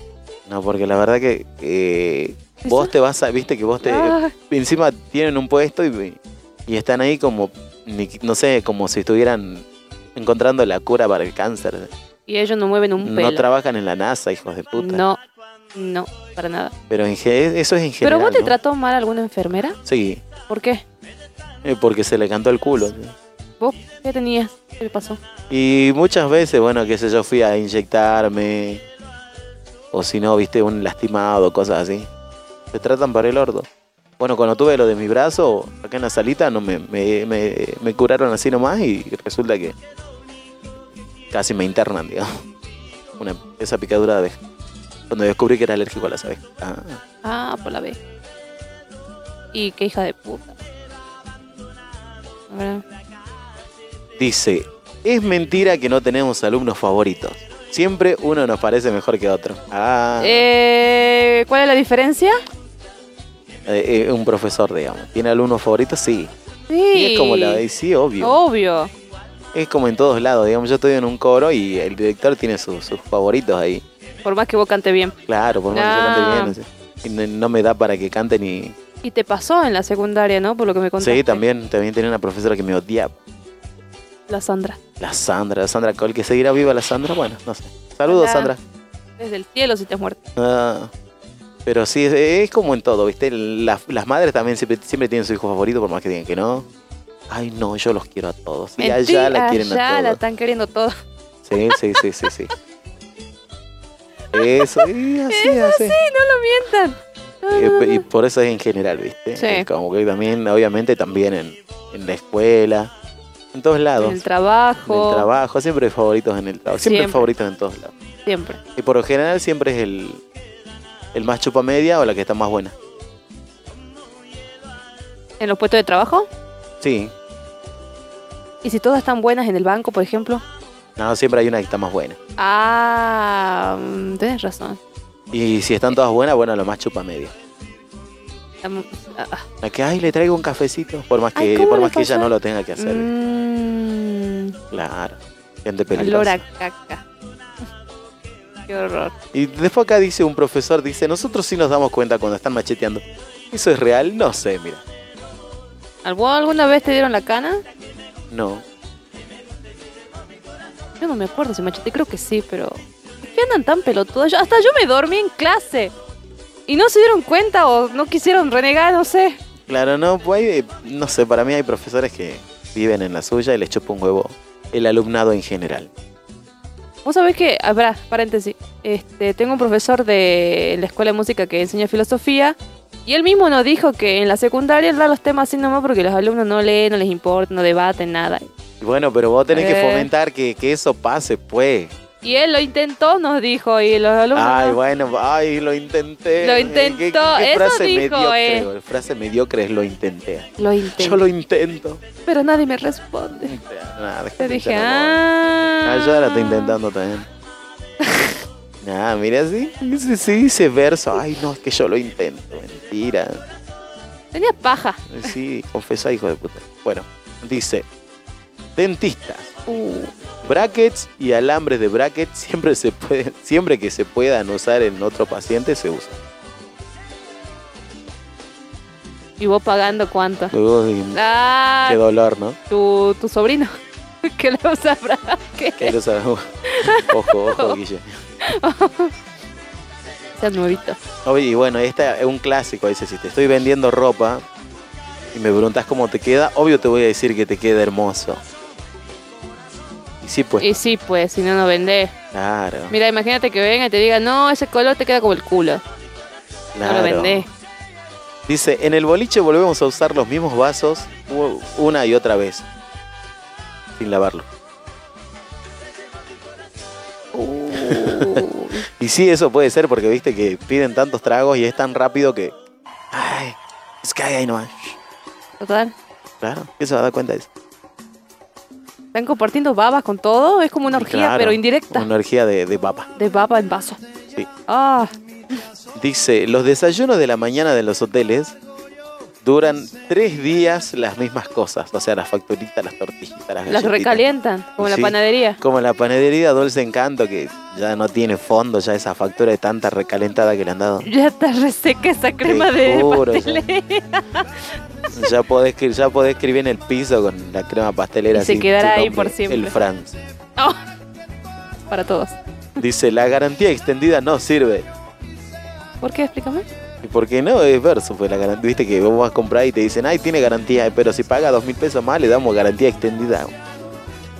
Speaker 3: No, porque la verdad que. eh, vos te vas a. Viste que vos te.
Speaker 4: Ah,
Speaker 3: encima tienen un puesto y, y están ahí como, ni- no sé, como si estuvieran encontrando la cura para el cáncer.
Speaker 4: y ellos no mueven un pelo.
Speaker 3: No trabajan en la NASA, hijos de puta.
Speaker 4: No, no, para nada.
Speaker 3: Pero en ge- eso es en general.
Speaker 4: ¿Pero vos te
Speaker 3: ¿no?
Speaker 4: trató mal alguna enfermera?
Speaker 3: Sí,
Speaker 4: ¿Por qué?
Speaker 3: eh, porque se le cantó el culo.
Speaker 4: ¿Vos qué tenías? ¿Qué le pasó?
Speaker 3: Y muchas veces, bueno, qué sé yo, fui a inyectarme. O si no, viste, un lastimado, cosas así. Te tratan para el orto. Bueno, cuando tuve lo de mi brazo, acá en la salita, no me, me, me- me curaron así nomás y resulta que casi me internan, digamos. Una, esa picadura de abeja. Cuando descubrí que era alérgico a las abejas. Ah,
Speaker 4: Ah, por la B. Y qué hija de puta. A ver.
Speaker 3: Ah, Dice, es mentira que no tenemos alumnos favoritos. Siempre uno nos parece mejor que otro. Ah.
Speaker 4: Eh, ¿Cuál es la diferencia?
Speaker 3: Eh, eh, un profesor, digamos. ¿Tiene alumnos favoritos? Sí.
Speaker 4: Sí.
Speaker 3: Y es como la y sí, obvio.
Speaker 4: Obvio.
Speaker 3: Es como en todos lados, digamos. Yo estoy en un coro y el director tiene sus, sus favoritos ahí.
Speaker 4: Por más que vos cante bien.
Speaker 3: Claro, por más que yo cante
Speaker 4: Ah.
Speaker 3: bien. no sé. Y no, no me da para que cante ni.
Speaker 4: Y te pasó en la secundaria, ¿no? Por lo que me contaste.
Speaker 3: Sí, también, también tenía una profesora que me odiaba.
Speaker 4: La Sandra.
Speaker 3: La Sandra, la Sandra Col, que seguirá viva la Sandra, bueno, no sé. Saludos,
Speaker 4: Hola.
Speaker 3: Sandra.
Speaker 4: Desde el cielo si te has muerto.
Speaker 3: Ah, pero sí, es, es como en todo, ¿viste? Las, las madres también siempre, siempre tienen su hijo favorito, por más que digan que no. Ay, no, yo los quiero a todos. Y allá la quieren a
Speaker 4: allá
Speaker 3: todos.
Speaker 4: la están queriendo todo.
Speaker 3: Sí, sí, sí, sí, sí. Eso, y así, así.
Speaker 4: No mientan. No,
Speaker 3: Eh,
Speaker 4: no,
Speaker 3: pe-
Speaker 4: no.
Speaker 3: Y por eso es en general, ¿viste?
Speaker 4: Sí.
Speaker 3: Es Como que también, obviamente, también en, en la escuela, en todos lados.
Speaker 4: En
Speaker 3: En
Speaker 4: el
Speaker 3: el,
Speaker 4: trabajo.
Speaker 3: trabajo, siempre hay favoritos en el trabajo, siempre, hay
Speaker 4: Siempre.
Speaker 3: favoritos en todos lados.
Speaker 4: Siempre.
Speaker 3: Y por lo general siempre es el, el más chupa media o la que está más buena.
Speaker 4: En los puestos de trabajo.
Speaker 3: Sí,
Speaker 4: Y si todas están buenas en el banco, por ejemplo.
Speaker 3: no, siempre hay una que está más buena.
Speaker 4: Ah, mm, tenés razón.
Speaker 3: Y si están todas buenas, bueno, la más chupa media.
Speaker 4: Am- ah, ah.
Speaker 3: La que, ay, le traigo un cafecito, por más
Speaker 4: Ay,
Speaker 3: que,
Speaker 4: ¿cómo
Speaker 3: por
Speaker 4: le
Speaker 3: más que ella
Speaker 4: pasa?
Speaker 3: no lo tenga que hacer.
Speaker 4: Mm,
Speaker 3: Claro, gente
Speaker 4: olor
Speaker 3: peligrosa.
Speaker 4: a caca. Qué horror.
Speaker 3: Y después acá dice un profesor, dice, nosotros sí nos damos cuenta cuando están macheteando. ¿Eso es real? No sé, mira.
Speaker 4: ¿Al- vos ¿Alguna vez te dieron la cana?
Speaker 3: No.
Speaker 4: Yo no me acuerdo si machete, creo que sí, pero. ¿Por qué andan tan pelotudas? Yo- hasta yo me dormí en clase. Y no se dieron cuenta o no quisieron renegar, no sé.
Speaker 3: Claro, no, pues hay, eh, no sé, para mí hay profesores que viven en la suya y les chupa un huevo el alumnado en general.
Speaker 4: Vos sabés que, ah, pará, paréntesis. Este, tengo un profesor de la escuela de música que enseña filosofía. Y él mismo nos dijo que en la secundaria él da los temas así nomás porque los alumnos no leen, no les importa, no debaten, nada.
Speaker 3: Y Bueno, pero vos tenés que
Speaker 4: Eh.
Speaker 3: fomentar que, que eso pase, pues.
Speaker 4: Y él lo intentó, nos dijo, y los alumnos.
Speaker 3: Ay,
Speaker 4: no.
Speaker 3: bueno, ay, lo intenté.
Speaker 4: Lo
Speaker 3: Eh,
Speaker 4: intentó, eso dijo,
Speaker 3: mediocre,
Speaker 4: eh.
Speaker 3: boludo, Frase mediocre es lo intenté.
Speaker 4: Lo intentó.
Speaker 3: Yo lo intento.
Speaker 4: Pero nadie me responde.
Speaker 3: Nada,
Speaker 4: Te dije,
Speaker 3: ah.
Speaker 4: ah.
Speaker 3: Ah, yo ahora estoy intentando también. Nah, mira, así sí, sí, dice verso. Ay, no, es que yo lo intento. Mentira.
Speaker 4: Tenía paja.
Speaker 3: Sí, confesa, hijo de puta. Bueno, dice. dentistas.
Speaker 4: Uh,
Speaker 3: Brackets y alambres de brackets siempre, se puede, siempre que se puedan usar en otro paciente se usan.
Speaker 4: y vos pagando cuánto.
Speaker 3: Uy,
Speaker 4: Ah,
Speaker 3: qué dolor, ¿no?
Speaker 4: tu, tu sobrino. que le usa brackets.
Speaker 3: Que lo sabe- Ojo, ojo, Guille.
Speaker 4: Sea nuevito.
Speaker 3: Oye, y bueno, esta es un clásico. Dice, si te estoy vendiendo ropa y me preguntas cómo te queda, obvio te voy a decir que te queda hermoso. Y sí, pues,
Speaker 4: Y sí, pues, si no, no vendés.
Speaker 3: claro.
Speaker 4: Mira, imagínate que venga y te diga, no, ese color te queda como el culo. No lo
Speaker 3: claro.
Speaker 4: vendés.
Speaker 3: Dice, en el boliche volvemos a usar los mismos vasos u- una y otra vez. Sin lavarlo.
Speaker 4: Uh,
Speaker 3: Y sí, eso puede ser porque viste que piden tantos tragos y es tan rápido que... Ay, es que hay ahí nomás.
Speaker 4: total.
Speaker 3: Claro, ¿quién se va a dar cuenta de eso?
Speaker 4: Están compartiendo babas con todo. Es como una orgía,
Speaker 3: Claro,
Speaker 4: pero indirecta.
Speaker 3: Una orgía de, de papa.
Speaker 4: De baba en vaso.
Speaker 3: Sí.
Speaker 4: Ah,
Speaker 3: Dice, los desayunos de la mañana de los hoteles duran tres días las mismas cosas. O sea, las facturitas, las tortillitas, las
Speaker 4: las
Speaker 3: galletitas.
Speaker 4: recalientan, como la
Speaker 3: Sí.
Speaker 4: panadería.
Speaker 3: Como la panadería Dulce Encanto, que ya no tiene fondo, ya esa factura de tanta recalentada que le han dado.
Speaker 4: Ya está reseca esa crema de
Speaker 3: juro,
Speaker 4: pastelera.
Speaker 3: Ya podés, escri- ya podés escribir en el piso con la crema pastelera.
Speaker 4: Y se
Speaker 3: así,
Speaker 4: quedará
Speaker 3: tu
Speaker 4: ahí por
Speaker 3: nombre,
Speaker 4: siempre.
Speaker 3: El Franz.
Speaker 4: Oh, Para todos.
Speaker 3: Dice, la garantía extendida no sirve.
Speaker 4: ¿Por qué? Explícame.
Speaker 3: ¿Y por qué no? Es verso, pues la garantía. Viste que vos vas a comprar y te dicen, ay, tiene garantía, pero si paga dos mil pesos más, le damos garantía extendida.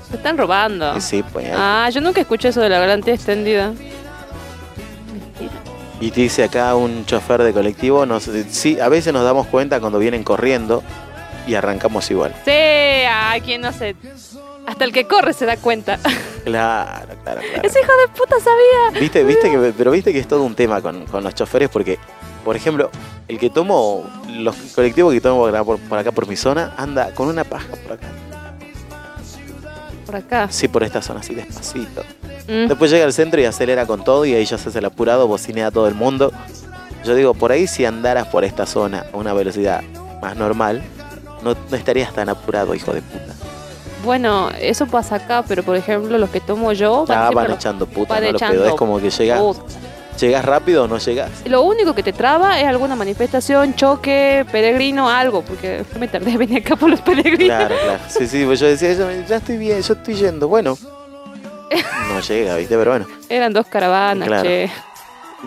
Speaker 4: Se están robando.
Speaker 3: Y sí, pues. ahí
Speaker 4: Ah, yo nunca escuché eso de la garantía extendida.
Speaker 3: Y dice acá un chofer de colectivo, nos, sí, a veces nos damos cuenta cuando vienen corriendo y arrancamos igual.
Speaker 4: Sí, a quien no se... Hasta el que corre se da cuenta.
Speaker 3: Claro, claro, claro.
Speaker 4: Ese hijo de puta sabía.
Speaker 3: Viste, viste que, pero viste que es todo un tema con, con los choferes porque, por ejemplo, el que tomo, los colectivos que tomo por acá por, por acá por mi zona, anda con una paja por acá.
Speaker 4: Por acá.
Speaker 3: Sí, por esta zona, así despacito.
Speaker 4: Mm.
Speaker 3: Después llega al centro y acelera con todo y ahí ya se hace el apurado, bocinea a todo el mundo. Yo digo, por ahí si andaras por esta zona a una velocidad más normal, no, no estarías tan apurado, hijo de puta.
Speaker 4: Bueno, eso pasa acá, pero por ejemplo, los que tomo yo van
Speaker 3: Ah,
Speaker 4: siempre
Speaker 3: van
Speaker 4: los-
Speaker 3: echando puta,
Speaker 4: van
Speaker 3: no lo
Speaker 4: echando
Speaker 3: pedo. Es como que llegas,
Speaker 4: Puta.
Speaker 3: llegas rápido o no llegas.
Speaker 4: uh, Lo único que te traba es alguna manifestación, choque, peregrino, algo, porque me tardé en venir acá por los peregrinos.
Speaker 3: Claro, claro. Sí, sí, pues yo decía, yo, ya estoy bien, yo estoy yendo. Bueno, no llega, ¿viste? Pero bueno.
Speaker 4: Eran dos caravanas,
Speaker 3: Claro.
Speaker 4: che.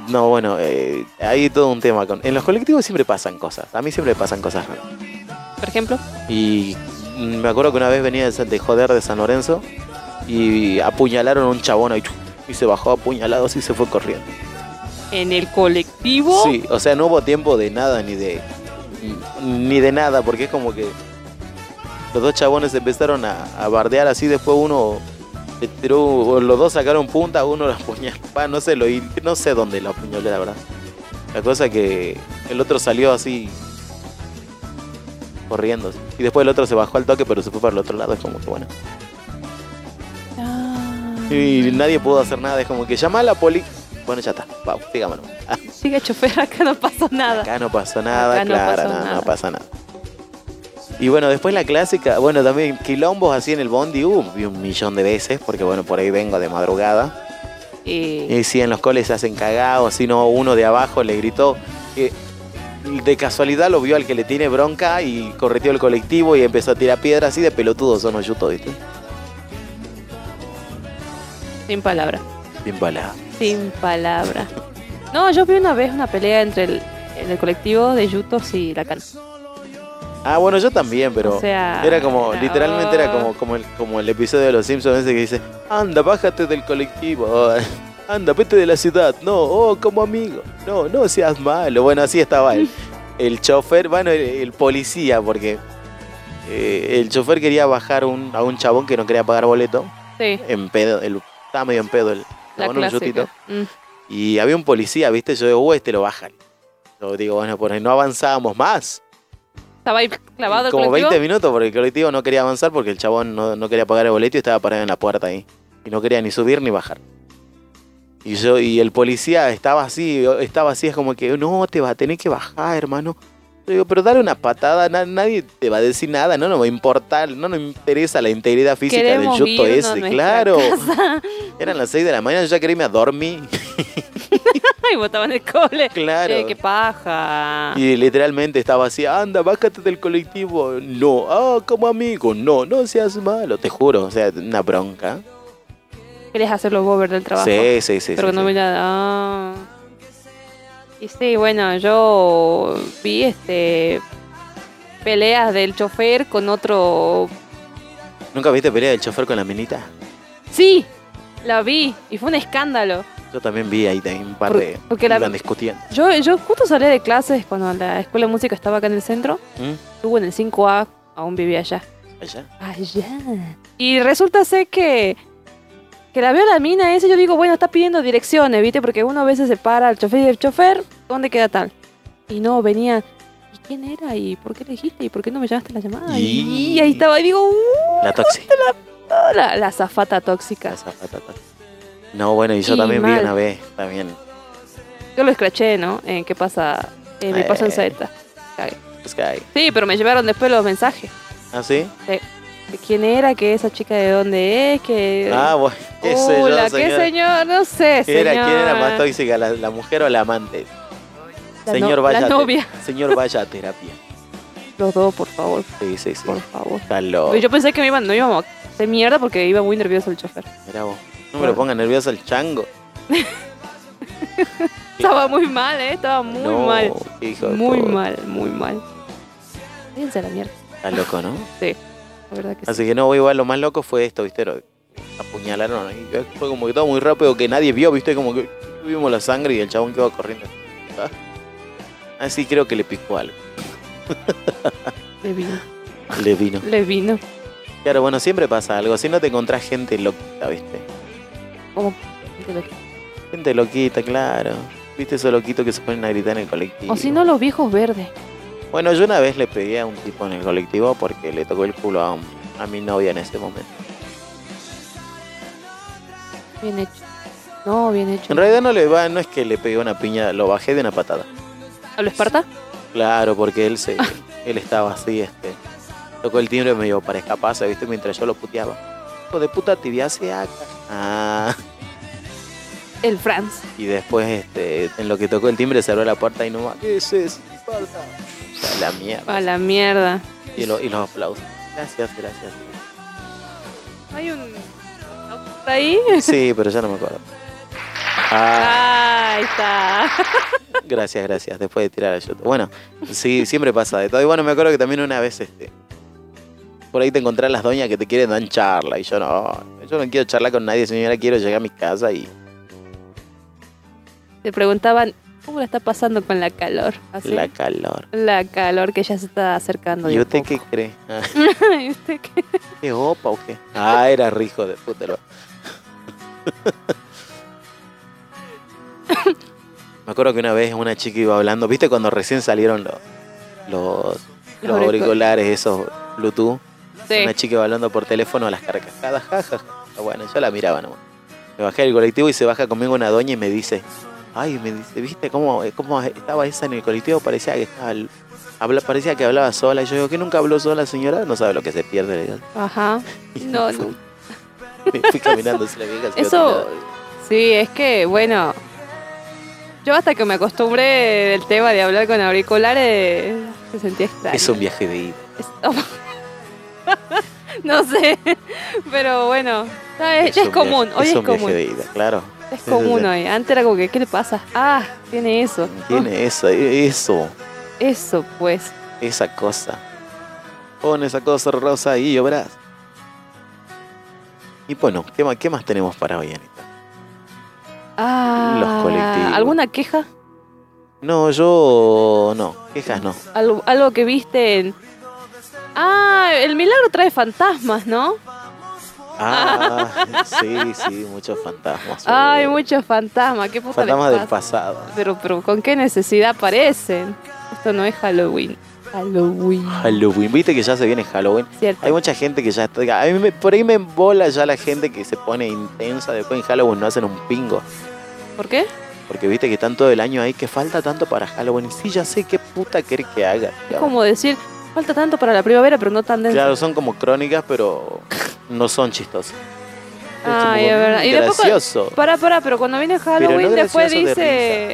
Speaker 3: No, bueno, eh, hay todo un tema. con En los colectivos siempre pasan cosas. A mí siempre me pasan cosas raras.
Speaker 4: Por ejemplo,
Speaker 3: Y me acuerdo que una vez venía de, San- de joder de San Lorenzo y apuñalaron a un chabón ahí, chu, y se bajó apuñalado y se fue corriendo.
Speaker 4: en el colectivo.
Speaker 3: Sí, o sea, no hubo tiempo de nada ni de ni de nada porque es como que los dos chabones empezaron a, a bardear así, después uno le tiró, o los dos sacaron punta, uno lo apuñaló, pa, no sé, lo, hi- no sé dónde lo apuñalé la verdad. La cosa que el otro salió así corriendo así. y después el otro se bajó al toque pero se fue para el otro lado, es como que bueno.
Speaker 4: Ah.
Speaker 3: Y nadie pudo hacer nada, es como que llama a la poli. Bueno, ya está, vamos, sigamos. nomás.
Speaker 4: Sigue chofer, acá no pasó nada.
Speaker 3: Acá no pasó nada,
Speaker 4: Acá no
Speaker 3: claro,
Speaker 4: pasó
Speaker 3: no, no
Speaker 4: nada.
Speaker 3: pasa nada. Y bueno, después la clásica, bueno, también quilombos así en el bondi, uh, vi un millón de veces, porque bueno, por ahí vengo de madrugada.
Speaker 4: Eh,
Speaker 3: Y sí, en los coles se hacen cagados, si no, uno de abajo le gritó, que de casualidad lo vio al que le tiene bronca y correteó el colectivo y empezó a tirar piedras así de pelotudos son los yutos, ¿viste?
Speaker 4: sin palabra.
Speaker 3: Bien balada.
Speaker 4: Sin palabra. No, yo vi una vez una pelea entre el, en el colectivo de Yutos y la cana.
Speaker 3: Ah, bueno, yo también, pero...
Speaker 4: o sea,
Speaker 3: Era como,
Speaker 4: era-
Speaker 3: literalmente era como, como, el, como el episodio de Los Simpsons ese que dice, anda, bájate del colectivo, anda, vete de la ciudad, no, oh, como amigo, no, no seas malo. Bueno, así estaba el, el chofer, bueno, el, el policía, porque eh, el chofer quería bajar un- a un chabón que no quería pagar boleto,
Speaker 4: Oh, Sí,
Speaker 3: en pedo, el, estaba medio en pedo el
Speaker 4: la
Speaker 3: chabón, un
Speaker 4: clásica.
Speaker 3: yutito,
Speaker 4: Mm.
Speaker 3: y había un policía, viste, yo digo, "Uh, este lo bajan. Yo digo, bueno, por ahí no avanzábamos más.
Speaker 4: Estaba ahí clavado el
Speaker 3: Como
Speaker 4: colectivo.
Speaker 3: 20 minutos porque el colectivo no quería avanzar porque el chabón no, no quería pagar el boleto y estaba parado en la puerta ahí. Y no quería ni subir ni bajar. Y yo, y el policía estaba así, estaba así, es como que, no, te va a tener que bajar, hermano. Yo digo, pero dale una patada, na- nadie te va a decir nada, no nos va a importar, no nos interesa la integridad física
Speaker 4: Queremos
Speaker 3: del yuto
Speaker 4: irnos a
Speaker 3: ese,
Speaker 4: nuestra
Speaker 3: claro.
Speaker 4: casa.
Speaker 3: Eran las 6 de la mañana, yo ya quería irme a dormir,
Speaker 4: y botaban el cole.
Speaker 3: claro.
Speaker 4: Eh, qué paja.
Speaker 3: Y literalmente estaba así, anda, bájate del colectivo. No, ah, como amigo, no, no seas malo, te juro. O sea, una bronca.
Speaker 4: Querés hacer los bobers del trabajo.
Speaker 3: Sí, sí, sí.
Speaker 4: pero
Speaker 3: sí,
Speaker 4: no
Speaker 3: sí.
Speaker 4: me la ah. Y sí, bueno, yo vi este peleas del chofer con otro.
Speaker 3: ¿Nunca viste pelea del chofer con la minita?
Speaker 4: Sí, la vi y fue un escándalo.
Speaker 3: Yo también vi ahí también un par
Speaker 4: Por-
Speaker 3: de.
Speaker 4: porque la-
Speaker 3: iban discutiendo.
Speaker 4: Yo, yo justo salí de clases cuando la escuela de música estaba acá en el centro.
Speaker 3: ¿Mm?
Speaker 4: Estuve en el 5A, aún vivía allá.
Speaker 3: Allá.
Speaker 4: Allá. Y resulta ser que. Que la veo a la mina esa, y yo digo, bueno, está pidiendo direcciones, ¿viste? Porque uno a veces se para al chofer y el chofer, ¿dónde queda tal? Y no, venía. ¿Y quién era? ¿Y por qué le dijiste? ¿Y por qué no me llamaste la llamada? Y,
Speaker 3: Y-
Speaker 4: ahí estaba, y digo, ¡uh!
Speaker 3: La toxi.
Speaker 4: La, la zafata tóxica.
Speaker 3: La zapata toxi. No, bueno, y yo
Speaker 4: Y
Speaker 3: también
Speaker 4: mal.
Speaker 3: vi una vez, también.
Speaker 4: Yo lo escraché, ¿no? En ¿Qué pasa? Eh, me pasa
Speaker 3: Eh.
Speaker 4: en Z.
Speaker 3: Sky.
Speaker 4: Sí, pero me llevaron después los mensajes.
Speaker 3: pues, ¿Ah, sí?
Speaker 4: De ¿Quién era? ¿Que esa chica de dónde es? que
Speaker 3: Ah, bueno, qué sé yo,
Speaker 4: Hola, ¿qué
Speaker 3: señora.
Speaker 4: señor? No sé,
Speaker 3: ¿Quién era, ¿Quién era
Speaker 4: señor.
Speaker 3: más tóxica, la, la mujer o la amante?
Speaker 4: La no-
Speaker 3: señor, vaya
Speaker 4: La
Speaker 3: a te-
Speaker 4: novia.
Speaker 3: señor, vaya a terapia.
Speaker 4: Los dos, por favor,
Speaker 3: Sí, sí, sí.
Speaker 4: por favor.
Speaker 3: Está loco.
Speaker 4: Pues Yo pensé que me iban, no íbamos a hacer mierda porque iba muy nervioso el chofer.
Speaker 3: Mirá vos. No me lo ponga nervioso el chango.
Speaker 4: Estaba muy mal, ¿eh? Estaba muy
Speaker 3: No,
Speaker 4: mal.
Speaker 3: hijo de
Speaker 4: muy
Speaker 3: puta.
Speaker 4: mal, muy mal. Fíjense la mierda,
Speaker 3: Está loco, ¿no?
Speaker 4: la verdad que sí.
Speaker 3: Así que no, igual lo más loco fue esto, ¿viste? Lo- Apuñalaron y fue como que todo muy rápido que nadie vio, ¿viste? Como que vimos la sangre y el chabón quedó corriendo. Ah. Así creo que le picó algo.
Speaker 4: Le vino.
Speaker 3: Le vino.
Speaker 4: Le vino.
Speaker 3: Claro, bueno, siempre pasa algo. Si no te encontrás gente loquita, ¿viste?
Speaker 4: Como- de lo que-
Speaker 3: Gente loquita, claro. ¿Viste esos loquitos que se ponen a gritar en el colectivo?
Speaker 4: O si no, los viejos verdes.
Speaker 3: Bueno, yo una vez le pegué a un tipo en el colectivo porque le tocó el culo a, un- a mi novia en ese momento.
Speaker 4: Bien hecho. No, bien hecho.
Speaker 3: En realidad no le va, no es que le pegué una piña, lo bajé de una patada.
Speaker 4: ¿A lo Esparta?
Speaker 3: Claro, porque él se, él estaba así, este. Tocó el timbre y me dijo, para escaparse, viste, mientras yo lo puteaba. Hijo de puta tibia se acá. Ah,
Speaker 4: El Franz.
Speaker 3: y después, este, en lo que tocó el timbre, cerró la puerta y no ¿Qué es eso? Puerta. O sea, la mierda.
Speaker 4: A la mierda.
Speaker 3: Y, lo- y los aplausos. Gracias, gracias.
Speaker 4: Hay un. ahí?
Speaker 3: Sí, pero ya no me acuerdo. Ah.
Speaker 4: Ahí está.
Speaker 3: Gracias, gracias. Después de tirar a Yoto. Bueno, sí, siempre pasa de todo. Y bueno, me acuerdo que también una vez este. Por ahí te encontrás las doñas que te quieren dar charla. Y yo no, yo no quiero charlar con nadie, señora. Quiero llegar a mi casa y.
Speaker 4: Te preguntaban cómo la está pasando con la calor. Así.
Speaker 3: La calor.
Speaker 4: La calor que ya se está acercando. de
Speaker 3: ¿Y
Speaker 4: a
Speaker 3: usted qué
Speaker 4: poco.
Speaker 3: cree? Ah,
Speaker 4: ¿Y usted qué?
Speaker 3: ¿Qué opa o qué? Ah, era rico de puta. lo- Me acuerdo que una vez una chica iba hablando. ¿Viste cuando recién salieron los, los,
Speaker 4: Los
Speaker 3: los auriculares, esos Bluetooth?
Speaker 4: Sí.
Speaker 3: Una chica iba hablando por teléfono a las carcajadas. ja, ja, ja. Bueno, yo la miraba nomás. Me bajé del colectivo y se baja conmigo una doña y me dice, ay, me dice, ¿viste cómo, cómo estaba esa en el colectivo? Parecía que estaba, al- habla, parecía que hablaba sola. Y yo digo, ¿qué nunca habló sola, señora? No sabe lo que se pierde. le digo.
Speaker 4: Ajá. No, no.
Speaker 3: Me fui caminando sin la vieja. sin
Speaker 4: Eso,
Speaker 3: otra nada.
Speaker 4: sí, es que, bueno, yo hasta que me acostumbré del tema de hablar con auriculares, se sentía extraño.
Speaker 3: Es un viaje de ida.
Speaker 4: Es- no sé, pero bueno, ya es, ya es
Speaker 3: un
Speaker 4: común,
Speaker 3: viaje-
Speaker 4: hoy
Speaker 3: es,
Speaker 4: es
Speaker 3: un viaje de
Speaker 4: común,
Speaker 3: ida, claro.
Speaker 4: es
Speaker 3: sí,
Speaker 4: común
Speaker 3: sí.
Speaker 4: hoy. Antes era como que, ¿qué le pasa? Ah, tiene eso.
Speaker 3: Tiene eso, e, eso,
Speaker 4: Ah, Eso, pues.
Speaker 3: esa cosa. Pon esa cosa rosa y llorás. Y bueno, ¿qué más, qué más tenemos para hoy, Anita?
Speaker 4: Ah,
Speaker 3: Los colectivos.
Speaker 4: ¿Alguna queja?
Speaker 3: No, yo no, quejas no.
Speaker 4: Algo, algo que viste en... Ah, el milagro trae fantasmas, ¿no?
Speaker 3: Ah, sí, sí, muchos fantasmas.
Speaker 4: Ay,
Speaker 3: Uh,
Speaker 4: muchos fantasmas, qué puta les
Speaker 3: fantasmas del
Speaker 4: pasa?
Speaker 3: pasado.
Speaker 4: Pero, pero ¿con qué necesidad aparecen? Esto no es Halloween. Halloween.
Speaker 3: Halloween, viste que ya se viene Halloween.
Speaker 4: Cierto.
Speaker 3: Hay mucha gente que ya está. A mí me- por ahí me embola ya la gente que se pone intensa. Después en Halloween no hacen un pingo.
Speaker 4: ¿Por qué?
Speaker 3: Porque viste que están todo el año ahí, que falta tanto para Halloween. Y sí, ya sé qué puta querés que haga.
Speaker 4: Es como decir, falta tanto para la primavera, pero no tan denso.
Speaker 3: Claro, son como crónicas, pero no son chistosas. Es
Speaker 4: Ay,
Speaker 3: como,
Speaker 4: es verdad.
Speaker 3: "Mm,
Speaker 4: Y de poco-
Speaker 3: gracioso.
Speaker 4: Para, para, pero cuando viene Halloween, después
Speaker 3: gracioso,
Speaker 4: dice,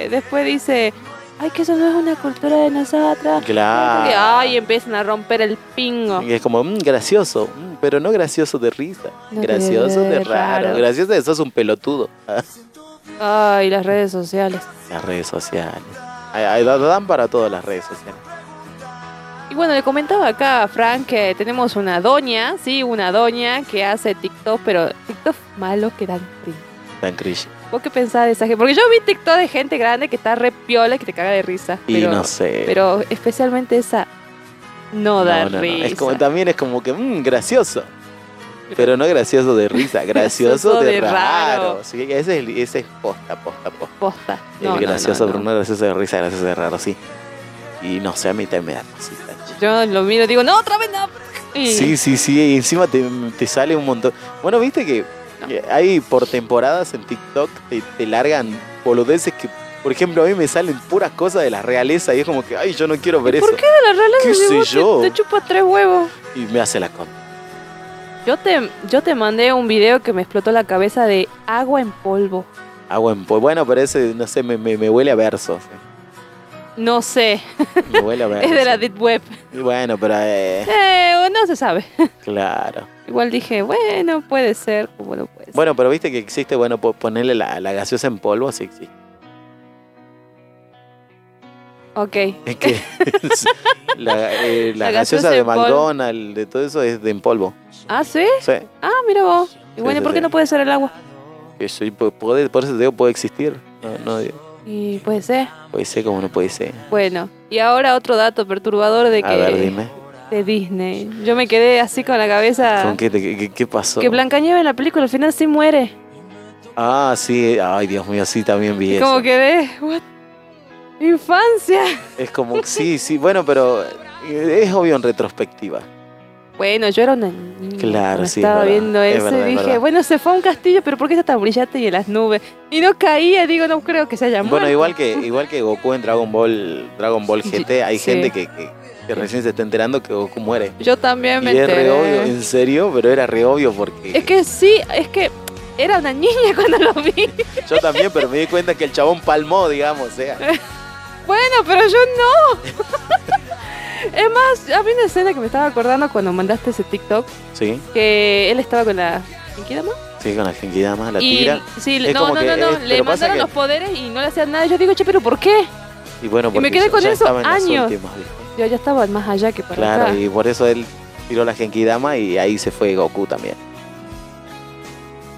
Speaker 3: de
Speaker 4: después dice, ay, que eso no es una cultura de nosotras.
Speaker 3: Claro.
Speaker 4: Porque, ay, empiezan a romper el pingo.
Speaker 3: Y es como, "Mm, gracioso, mm, pero no gracioso de risa.
Speaker 4: No de-
Speaker 3: gracioso de,
Speaker 4: de
Speaker 3: raro.
Speaker 4: raro.
Speaker 3: Gracioso de sos un pelotudo.
Speaker 4: Ay, las redes sociales.
Speaker 3: Las redes sociales. Ay, ay, da- Dan para todas las redes sociales.
Speaker 4: Y bueno, le comentaba acá a Frank que tenemos una doña, sí, una doña que hace TikTok, pero TikTok malo que dan cringe.
Speaker 3: Dan cringe.
Speaker 4: ¿Vos qué pensás de esa gente? Porque yo vi TikTok de gente grande que está re piola y que te caga de risa.
Speaker 3: Y
Speaker 4: pero,
Speaker 3: no sé.
Speaker 4: pero especialmente esa no da
Speaker 3: No, no, no.
Speaker 4: risa.
Speaker 3: Es como, también es como que, "Mm, gracioso. Pero no gracioso de risa, gracioso de,
Speaker 4: de
Speaker 3: raro.
Speaker 4: raro.
Speaker 3: Sí, ese, es, ese es posta, posta, posta.
Speaker 4: Posta.
Speaker 3: El
Speaker 4: No, no,
Speaker 3: gracioso,
Speaker 4: no, no.
Speaker 3: pero no gracioso de risa, gracioso de raro, sí. Y no sé, a mí también me da cosita. che.
Speaker 4: Yo lo miro y digo, no, otra vez no. Y-
Speaker 3: Sí, sí, sí, y encima te, te sale un montón. Bueno, viste que
Speaker 4: No.
Speaker 3: que hay por temporadas en TikTok te, te largan boludeces que, por ejemplo, a mí me salen puras cosas de la realeza y es como que, ay, yo no quiero ver eso.
Speaker 4: ¿Por qué de la realeza
Speaker 3: ¿Qué
Speaker 4: si
Speaker 3: sé
Speaker 4: vos te-
Speaker 3: yo?
Speaker 4: Te, chupas tres huevos?
Speaker 3: Y me hace la contra.
Speaker 4: Yo te, yo te mandé un video que me explotó la cabeza de agua en polvo.
Speaker 3: Agua en polvo. Ah, Bueno, pero ese, no sé, me, me- me huele a verso.
Speaker 4: No sé,
Speaker 3: Me huele a verso.
Speaker 4: es de la Deep Web.
Speaker 3: Y bueno, pero, eh,
Speaker 4: Eh, no se sabe.
Speaker 3: claro.
Speaker 4: Igual dije, bueno, puede ser, como lo puede ser.
Speaker 3: Bueno, pero viste que existe, bueno, po- ponerle la, la gaseosa en polvo, sí existe.
Speaker 4: Ok.
Speaker 3: Es que la, eh, la
Speaker 4: La
Speaker 3: gaseosa
Speaker 4: gaseosa
Speaker 3: de
Speaker 4: en polvo.
Speaker 3: McDonald's, de todo eso, es de en polvo.
Speaker 4: Ah, ¿sí?
Speaker 3: Sí,
Speaker 4: Ah, mira vos. Y
Speaker 3: Sí,
Speaker 4: bueno,
Speaker 3: sí,
Speaker 4: ¿y por qué
Speaker 3: sí.
Speaker 4: no puede ser el agua?
Speaker 3: que soy- pu- puede- por eso te digo, puede existir. No, no, digo,
Speaker 4: Y puede ser.
Speaker 3: puede ser como no puede ser.
Speaker 4: Bueno, y ahora otro dato perturbador de
Speaker 3: A ver,
Speaker 4: que
Speaker 3: dime,
Speaker 4: de Disney. Yo me quedé así con la cabeza
Speaker 3: ¿con qué, te- qué, qué pasó?
Speaker 4: que Blancanieves en la película al final sí muere.
Speaker 3: Ah, sí, ay, Dios mío, sí, también vi
Speaker 4: Y
Speaker 3: eso.
Speaker 4: como quedé, what? Infancia.
Speaker 3: Es como, sí, sí, bueno, pero eh, es obvio en retrospectiva.
Speaker 4: Bueno, yo era una niña.
Speaker 3: Claro,
Speaker 4: cuando
Speaker 3: sí, es
Speaker 4: Estaba
Speaker 3: verdad,
Speaker 4: viendo
Speaker 3: es
Speaker 4: eso
Speaker 3: verdad, es
Speaker 4: y dije,
Speaker 3: verdad.
Speaker 4: bueno, se fue a un castillo, pero ¿por qué está tan brillante y en las nubes? Y no caía, digo, no creo que se haya muerto.
Speaker 3: Bueno, igual que igual que Goku en Dragon Ball Dragon Ball GT, hay
Speaker 4: Sí.
Speaker 3: gente que, que- que recién se está enterando que Goku muere.
Speaker 4: Yo también
Speaker 3: Y
Speaker 4: me
Speaker 3: es re
Speaker 4: enteré.
Speaker 3: obvio, en serio, pero era re obvio porque
Speaker 4: Es que sí, es que era una niña cuando lo vi.
Speaker 3: yo también, pero me di cuenta que el chabón palmó, digamos, o sea.
Speaker 4: Bueno, pero yo no. es más, había una escena que me estaba acordando cuando mandaste ese TikTok
Speaker 3: Sí,
Speaker 4: que él estaba con la. ¿En qué dama?
Speaker 3: sí, con la Genkidama, la
Speaker 4: y,
Speaker 3: tira.
Speaker 4: Sí,
Speaker 3: Es
Speaker 4: no,
Speaker 3: como
Speaker 4: no,
Speaker 3: que
Speaker 4: no, no,
Speaker 3: es-
Speaker 4: Le
Speaker 3: pero pasa
Speaker 4: mandaron
Speaker 3: que-
Speaker 4: los poderes y no le hacían nada. Yo digo, che, pero ¿por qué?
Speaker 3: Y bueno,
Speaker 4: Y me
Speaker 3: porque
Speaker 4: quedé
Speaker 3: ya-
Speaker 4: con
Speaker 3: ya
Speaker 4: eso
Speaker 3: estaba en las
Speaker 4: años.
Speaker 3: últimas, ¿viste?
Speaker 4: Yo ya estaba más allá que para
Speaker 3: Claro,
Speaker 4: acá.
Speaker 3: y por eso él tiró la Genkidama y ahí se fue Goku también.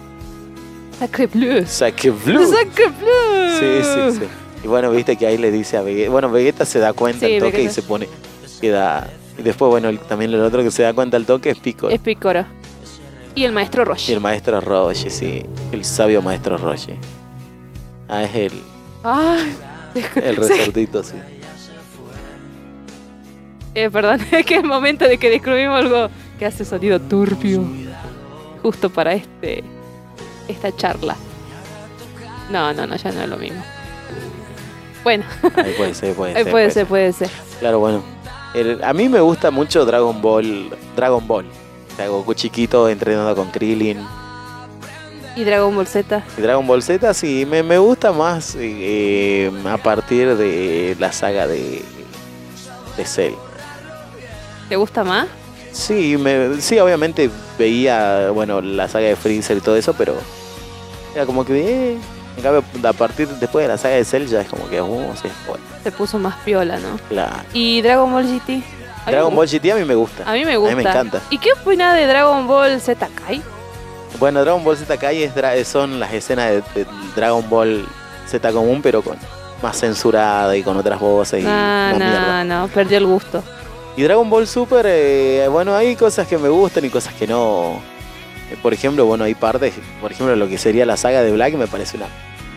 Speaker 4: Sacre bleu.
Speaker 3: Saque Blue.
Speaker 4: Sacre bleu.
Speaker 3: Sí, sí, sí. Y bueno, viste que ahí le dice a Vegeta. Bueno, Vegeta se da cuenta
Speaker 4: Sí,
Speaker 3: al toque
Speaker 4: Vegeta.
Speaker 3: y se pone. Queda. Y después, bueno, el- también el otro que se da cuenta al toque es Pico.
Speaker 4: Es Picoro. Y el maestro
Speaker 3: Y
Speaker 4: Roche.
Speaker 3: el maestro Roshi, sí. El sabio maestro Roshi. Ah, es el,
Speaker 4: Ay,
Speaker 3: el resortito, sí.
Speaker 4: eh, perdón, es que es el momento de que descubrimos algo que hace sonido turbio. Justo para este esta charla. No, no, no, ya no es lo mismo. Bueno,
Speaker 3: Ahí puede ser, puede
Speaker 4: eh,
Speaker 3: ser.
Speaker 4: puede ser, puede ser.
Speaker 3: Claro, bueno. El- a mí me gusta mucho Dragon Ball. Dragon Ball. O sea, Goku chiquito entrenando con Krillin.
Speaker 4: Y Dragon Ball Z.
Speaker 3: Y Dragon Ball Z sí, me, me gusta más eh, a partir de la saga de, de Cell.
Speaker 4: ¿Te gusta más?
Speaker 3: Sí, me, sí, obviamente veía, bueno, la saga de Freezer y todo eso, pero era como que, eh, en cambio, a partir, después de la saga de Cell ya es como que, uh, sí, bueno,
Speaker 4: Se puso más piola, ¿no?
Speaker 3: claro.
Speaker 4: ¿Y Dragon Ball GT? A mí me
Speaker 3: Dragon
Speaker 4: gu-
Speaker 3: Ball GT a mí me gusta.
Speaker 4: A mí me gusta.
Speaker 3: encanta.
Speaker 4: ¿Y qué opinas de Dragon Ball Z Kai?
Speaker 3: Bueno, Dragon Ball Z Kai es dra- son las escenas de, de Dragon Ball Z común, pero con más censurada y con otras voces y
Speaker 4: Ah,
Speaker 3: una mierda.
Speaker 4: no, no, perdió el gusto.
Speaker 3: Y Dragon Ball Super, eh, bueno, hay cosas que me gustan y cosas que no. Eh, Por ejemplo, bueno, hay partes, por ejemplo, lo que sería la saga de Black me parece una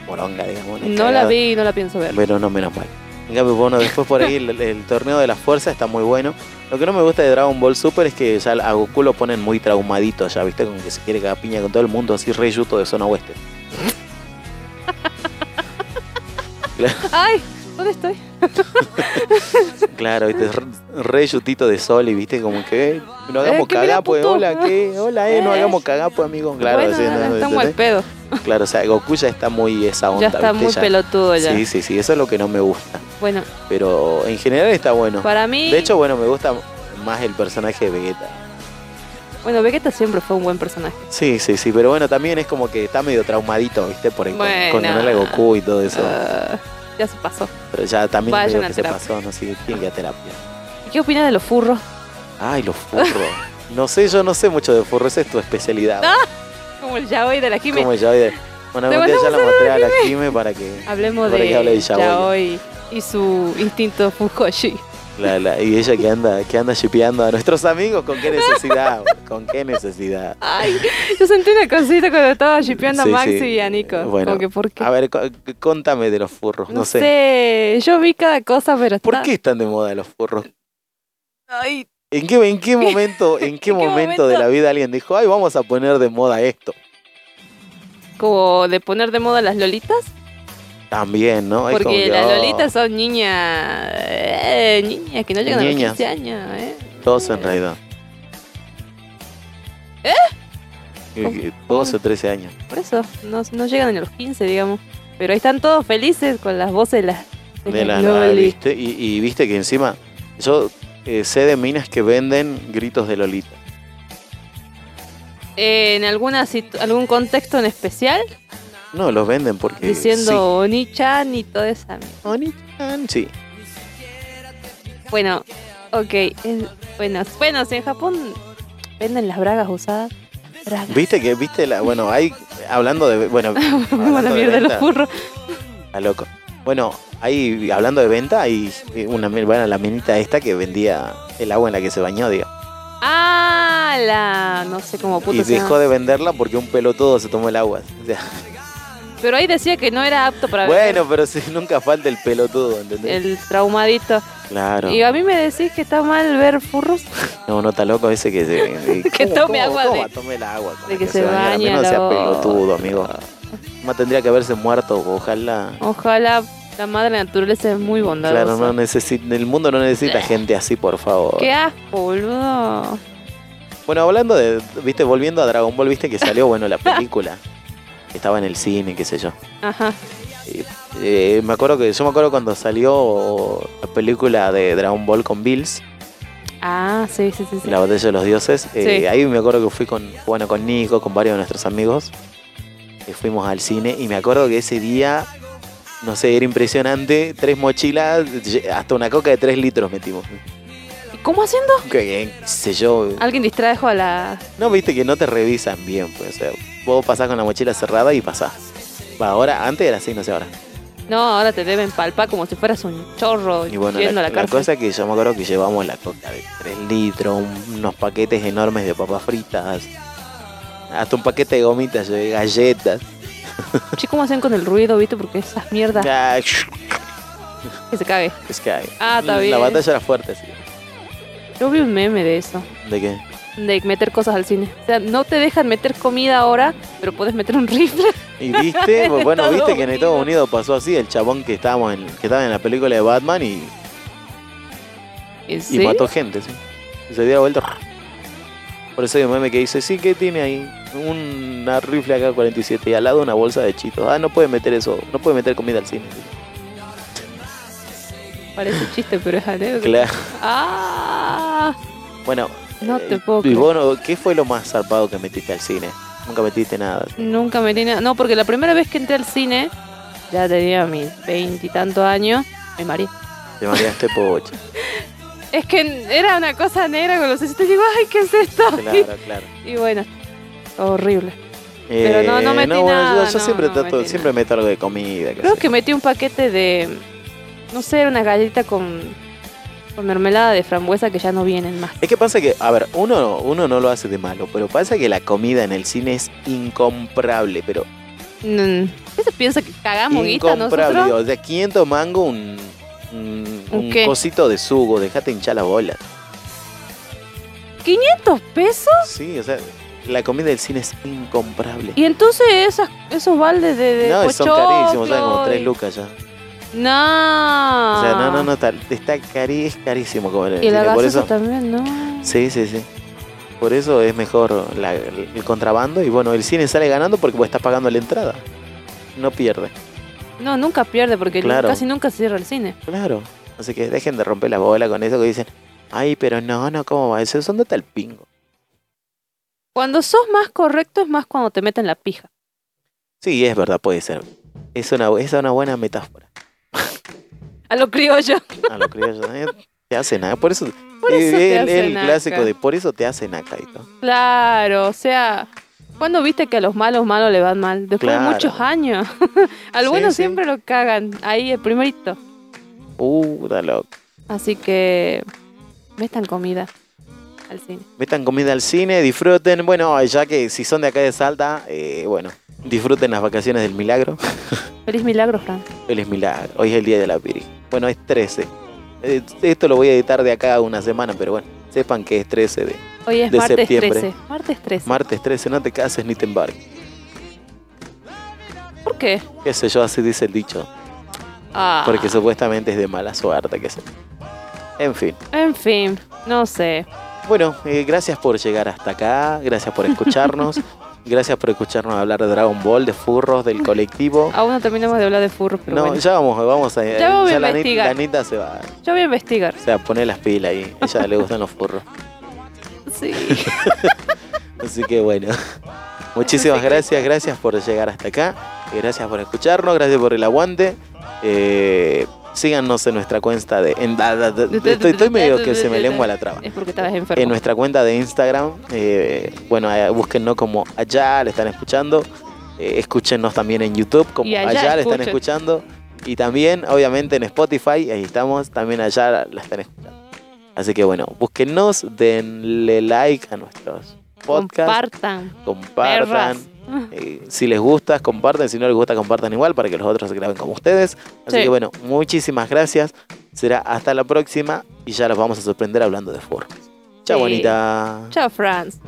Speaker 3: moronga, digamos. una
Speaker 4: No la
Speaker 3: cagada.
Speaker 4: vi y no la pienso ver.
Speaker 3: Pero no, menos mal. En cambio, bueno, después por ahí el, el torneo de la fuerza está muy bueno. Lo que no me gusta de Dragon Ball Super es que ya a Goku lo ponen muy traumadito, ya, viste, como que se quiere cagar piña con todo el mundo, así reyuto de zona oeste.
Speaker 4: ¡Ay! ¿Dónde estoy?
Speaker 3: Claro, viste, re- re yutito de sol y viste como que eh, no hagamos
Speaker 4: que mira,
Speaker 3: cagá, pues,
Speaker 4: puto.
Speaker 3: hola, ¿qué? Hola, eh, no
Speaker 4: Eh.
Speaker 3: hagamos cagá, pues, amigo. Claro,
Speaker 4: bueno,
Speaker 3: sí, no,
Speaker 4: nada,
Speaker 3: no,
Speaker 4: estamos al
Speaker 3: ¿entendés?
Speaker 4: pedo.
Speaker 3: claro, o sea, Goku ya está muy esa onda,
Speaker 4: Ya está
Speaker 3: ¿viste?
Speaker 4: muy pelotudo ya.
Speaker 3: Sí, sí, sí, eso es lo que no me gusta.
Speaker 4: Bueno,
Speaker 3: Pero en general está bueno.
Speaker 4: para mí.
Speaker 3: De hecho, bueno, me gusta más el personaje de Vegeta.
Speaker 4: bueno, Vegeta siempre fue un buen personaje.
Speaker 3: Sí, sí, sí, pero bueno, también es como que está medio traumadito, ¿viste? Por el con-
Speaker 4: Bueno.
Speaker 3: con ganarle a Goku y todo eso.
Speaker 4: Ah, ya se pasó.
Speaker 3: pero ya también
Speaker 4: vayan
Speaker 3: medio
Speaker 4: a
Speaker 3: que se
Speaker 4: terapia.
Speaker 3: pasó, no sé, tiene que ir a terapia.
Speaker 4: ¿Y ¿Qué opinas de los furros?
Speaker 3: Ay, los furros. no sé, yo no sé mucho de furros, esa es tu especialidad.
Speaker 4: Como el yaoi de la Jime.
Speaker 3: Como ya hoy Bueno,
Speaker 4: Te
Speaker 3: algún día ya la
Speaker 4: mandamos
Speaker 3: mostré a la Jime para que.
Speaker 4: Hablemos
Speaker 3: Por
Speaker 4: de,
Speaker 3: ahí habla de yaoi.
Speaker 4: yaoi y su instinto Fujoshi.
Speaker 3: La, la- y ella que anda, que anda shipeando a nuestros amigos, ¿con qué necesidad? ¿Con qué necesidad?
Speaker 4: Ay, yo sentí una cosita cuando estaba shipeando
Speaker 3: Sí,
Speaker 4: a Maxi
Speaker 3: sí.
Speaker 4: y a Nico.
Speaker 3: Bueno,
Speaker 4: Como que, ¿por qué?
Speaker 3: A ver, co- contame de los furros, no, sé.
Speaker 4: Yo vi cada cosa, pero
Speaker 3: ¿Por
Speaker 4: está-
Speaker 3: qué están de moda los furros?
Speaker 4: Ay,
Speaker 3: ¿En qué, en qué momento, en qué
Speaker 4: ¿En qué
Speaker 3: momento,
Speaker 4: momento?
Speaker 3: de la vida alguien dijo, ay, vamos a poner de moda esto?
Speaker 4: como de poner de moda las lolitas.
Speaker 3: También, ¿no? Es como
Speaker 4: Porque
Speaker 3: que,
Speaker 4: las
Speaker 3: oh,
Speaker 4: lolitas son niñas. eh, niñas que no llegan
Speaker 3: Niñas.
Speaker 4: a los 15 años, ¿eh?
Speaker 3: Todos en realidad.
Speaker 4: ¿Eh? ¿Cómo?
Speaker 3: ¿Eh? 12 o 13 años.
Speaker 4: Por eso, no, no llegan a los 15, digamos. Pero ahí están todos felices con las voces de las, de
Speaker 3: De
Speaker 4: las
Speaker 3: la, la-
Speaker 4: lolis.
Speaker 3: ¿viste? Y, y viste que encima, yo eh, sé de minas que venden gritos de Lolita.
Speaker 4: Eh, en alguna situ- algún contexto en especial,
Speaker 3: Eh, No, los venden porque.
Speaker 4: diciendo Oni-chan y toda esa.
Speaker 3: sí. Oni-chan, Sí.
Speaker 4: Bueno, ok. en- bueno, bueno, si en Japón venden las bragas usadas. Bragas.
Speaker 3: Viste que, viste la. Bueno, hay. Hablando de. Bueno.
Speaker 4: Como la
Speaker 3: hablando de
Speaker 4: mierda de los
Speaker 3: venta,
Speaker 4: furros.
Speaker 3: Está Ah, loco. Bueno, ahí hablando de venta, hay eh, una bueno, la minita esta que vendía el agua en la que se bañó, digo.
Speaker 4: Ah, la. No sé cómo puto
Speaker 3: y
Speaker 4: se llama.
Speaker 3: dejó de venderla porque un pelotudo se tomó el agua. O sea,
Speaker 4: Pero ahí decía que no era apto para vender
Speaker 3: bueno, pero si nunca falta el pelotudo, ¿entendés?
Speaker 4: el traumadito.
Speaker 3: Claro.
Speaker 4: Y a mí me decís que está mal ver furros.
Speaker 3: No, no está loco ese que se. eh,
Speaker 4: Que
Speaker 3: ¿Cómo-
Speaker 4: tome
Speaker 3: cómo-
Speaker 4: agua
Speaker 3: cómo
Speaker 4: de-
Speaker 3: va a tomar el agua con
Speaker 4: de
Speaker 3: la
Speaker 4: que se
Speaker 3: baña? A mí
Speaker 4: baña,
Speaker 3: No sea
Speaker 4: no.
Speaker 3: pelotudo, amigo. Más tendría que haberse muerto, ojalá.
Speaker 4: Ojalá la madre naturaleza es muy bondadosa.
Speaker 3: Claro, no necesita, el mundo no necesita gente así, por favor.
Speaker 4: Qué asco, boludo.
Speaker 3: Bueno, hablando de, viste, volviendo a Dragon Ball, viste que salió, bueno, la película. Estaba en el cine, qué sé yo.
Speaker 4: Ajá.
Speaker 3: Y, eh, me acuerdo que, yo me acuerdo cuando salió la película de Dragon Ball con Bills,
Speaker 4: Ah, sí, sí, sí. sí.
Speaker 3: La Batalla de los Dioses. eh,
Speaker 4: Sí.
Speaker 3: Ahí me acuerdo que fui con, bueno, con Nico, con varios de nuestros amigos. eh, fuimos al cine y me acuerdo que ese día, no sé, era impresionante. Tres mochilas, lle- hasta una coca de tres litros metimos.
Speaker 4: ¿Y ¿Cómo haciendo?
Speaker 3: Que, eh, qué sé yo.
Speaker 4: Alguien distrajo a la.
Speaker 3: No, viste que no te revisan bien, pues. O sea, vos pasás con la mochila cerrada y pasás. Va, ahora, antes era así, no sé ahora.
Speaker 4: No, ahora te deben palpar como si fueras un chorro
Speaker 3: Y bueno, la,
Speaker 4: yendo a la
Speaker 3: la
Speaker 4: cárcel.
Speaker 3: cosa que yo me acuerdo que llevamos la coca de 3 litros, un- unos paquetes enormes de papas fritas, hasta un paquete de gomitas, de galletas.
Speaker 4: Che, ¿cómo hacen con el ruido, viste? Porque esas mierdas
Speaker 3: Ah,
Speaker 4: que se cague.
Speaker 3: es que ay,
Speaker 4: Ah, está
Speaker 3: la
Speaker 4: bien.
Speaker 3: batalla era fuerte, sí.
Speaker 4: Yo vi un meme de eso,
Speaker 3: ¿De qué?
Speaker 4: de meter cosas al cine. O sea, no te dejan meter comida ahora, pero puedes meter un rifle.
Speaker 3: Y viste,
Speaker 4: En
Speaker 3: bueno, viste
Speaker 4: Estados
Speaker 3: que en Estados Unidos pasó así, el chabón que estábamos en, que estaba en la película de Batman y,
Speaker 4: ¿En
Speaker 3: y
Speaker 4: serio?
Speaker 3: mató gente, sí. Y se dio la vuelta. Por eso hay un meme que dice, sí, ¿qué tiene ahí? Una rifle acá 47 y al lado una bolsa de chitos. Ah, no puede meter eso, no puede meter comida al cine.
Speaker 4: Parece chiste, pero es anécdota.
Speaker 3: Claro.
Speaker 4: Ah,
Speaker 3: Bueno,
Speaker 4: No te
Speaker 3: eh,
Speaker 4: puedo
Speaker 3: y
Speaker 4: creer.
Speaker 3: bueno, ¿qué fue lo más zarpado que metiste al cine? Nunca metiste nada.
Speaker 4: nunca me tiene. No, porque la primera vez que entré al cine, ya tenía mis veintitantos años, me mareé.
Speaker 3: Te mareaste pocho.
Speaker 4: Es que era una cosa negra con los te digo, ay, ¿qué es esto?
Speaker 3: Claro, claro.
Speaker 4: Y bueno, horrible.
Speaker 3: Eh,
Speaker 4: Pero no, no metí
Speaker 3: bueno, yo-
Speaker 4: nada,
Speaker 3: Yo,
Speaker 4: no,
Speaker 3: siempre
Speaker 4: no
Speaker 3: trato,
Speaker 4: metí
Speaker 3: siempre meto algo de comida. qué
Speaker 4: Creo
Speaker 3: sé
Speaker 4: que metí un paquete de, no sé, era una galleta con, con mermelada de frambuesa que ya no vienen más.
Speaker 3: yo. Es que pasa que, a ver, uno, uno no lo hace de malo, pero pasa que la comida en el cine es incomprable, pero
Speaker 4: Mm, ¿Qué se piensa que cagamos guita
Speaker 3: incomprable.
Speaker 4: nosotros?
Speaker 3: O sea, 500 mango un, un,
Speaker 4: ¿Un
Speaker 3: un
Speaker 4: qué?
Speaker 3: cosito de sugo, dejate hinchar la bola.
Speaker 4: ¿500 pesos?
Speaker 3: Sí, o sea, la comida del cine es incomprable.
Speaker 4: Y entonces esas, esos baldes de, de
Speaker 3: No, y son carísimos,
Speaker 4: pochoclo
Speaker 3: ¿saben? Como
Speaker 4: y-
Speaker 3: 3 lucas ya.
Speaker 4: No.
Speaker 3: O sea, no, no, no, tal- está cari, es carísimo comer en
Speaker 4: Y la
Speaker 3: Chile, Eh, Por
Speaker 4: gaseosa
Speaker 3: eso,
Speaker 4: también, ¿no?
Speaker 3: sí, sí, sí. Por eso es mejor la- el el contrabando y bueno, el cine sale ganando porque vos estás pagando la entrada. No pierde.
Speaker 4: No, nunca pierde porque
Speaker 3: Claro.
Speaker 4: casi nunca cierra el cine.
Speaker 3: Claro. Así que dejen de romper la bola con eso que dicen, ay, pero no, no, ¿cómo va? Eso es onda tal pingo.
Speaker 4: Cuando sos más correcto es más cuando te meten la pija.
Speaker 3: Sí, es verdad, puede ser. Es una, es una buena metáfora.
Speaker 4: A lo criollo.
Speaker 3: A lo criollo, ¿eh? Te hacen acá. Por eso,
Speaker 4: Por eso
Speaker 3: eh,
Speaker 4: te
Speaker 3: el, el
Speaker 4: hacen
Speaker 3: clásico
Speaker 4: acá.
Speaker 3: de por eso te hacen acá y todo.
Speaker 4: Claro, o sea, ¿cuándo viste que a los malos malos le van mal? Después
Speaker 3: Claro.
Speaker 4: de muchos años. Al
Speaker 3: Sí,
Speaker 4: bueno
Speaker 3: sí.
Speaker 4: siempre lo cagan, ahí el primerito.
Speaker 3: Uh, da loco.
Speaker 4: Así que metan comida al cine.
Speaker 3: Metan comida al cine, disfruten. Bueno, ya que si son de acá de Salta, eh, bueno, disfruten las vacaciones del milagro.
Speaker 4: Feliz milagro, Fran.
Speaker 3: Él es milagro. Hoy es el día de la Virgen. Bueno, es 13. Eh, Esto lo voy a editar de acá a una semana, pero bueno, sepan que es 13 de
Speaker 4: Hoy es
Speaker 3: De
Speaker 4: martes
Speaker 3: septiembre.
Speaker 4: 13. Martes 13.
Speaker 3: martes 13. No te cases ni te embarques.
Speaker 4: ¿Por qué?
Speaker 3: Qué sé yo, así dice el dicho.
Speaker 4: Ah,
Speaker 3: Porque supuestamente es de mala suerte, qué sé. En fin.
Speaker 4: En fin, no sé.
Speaker 3: Bueno, eh, gracias por llegar hasta acá, gracias por escucharnos, gracias por escucharnos hablar de Dragon Ball, de furros, del colectivo.
Speaker 4: Aún no terminamos de hablar de furros, Ah, pero
Speaker 3: No,
Speaker 4: bueno.
Speaker 3: ya vamos, vamos a...
Speaker 4: Ya vamos a
Speaker 3: la, Anita-
Speaker 4: investigar.
Speaker 3: la Anita se va,
Speaker 4: Yo voy a investigar.
Speaker 3: se va a poner las pilas ahí, a ella le gustan los furros.
Speaker 4: Sí.
Speaker 3: Así que bueno, muchísimas gracias, gracias por llegar hasta acá, y gracias por escucharnos, gracias por el aguante. Eh, síganos en nuestra cuenta de... en- estoy, estoy medio que se me lengua la traba.
Speaker 4: Es porque estabas
Speaker 3: en
Speaker 4: enfermo.
Speaker 3: nuestra cuenta de Instagram. eh, bueno, eh, búsquennos como allá, le están escuchando. Eh, escúchenos también en YouTube como
Speaker 4: Y
Speaker 3: allá,
Speaker 4: allá
Speaker 3: le están
Speaker 4: escuchen.
Speaker 3: escuchando. Y también, obviamente, en Spotify, ahí estamos, también allá la están escuchando. Así que bueno, búsquennos, denle like a nuestros podcasts,
Speaker 4: Compartan.
Speaker 3: compartan.
Speaker 4: perras.
Speaker 3: eh, si les gusta, comparten. Si no les gusta, compartan igual para que los otros se graben como ustedes. Así
Speaker 4: Sí.
Speaker 3: que bueno, muchísimas gracias. Será hasta la próxima y ya los vamos a sorprender hablando de foro. Chao,
Speaker 4: Sí.
Speaker 3: bonita.
Speaker 4: Chao, Franz.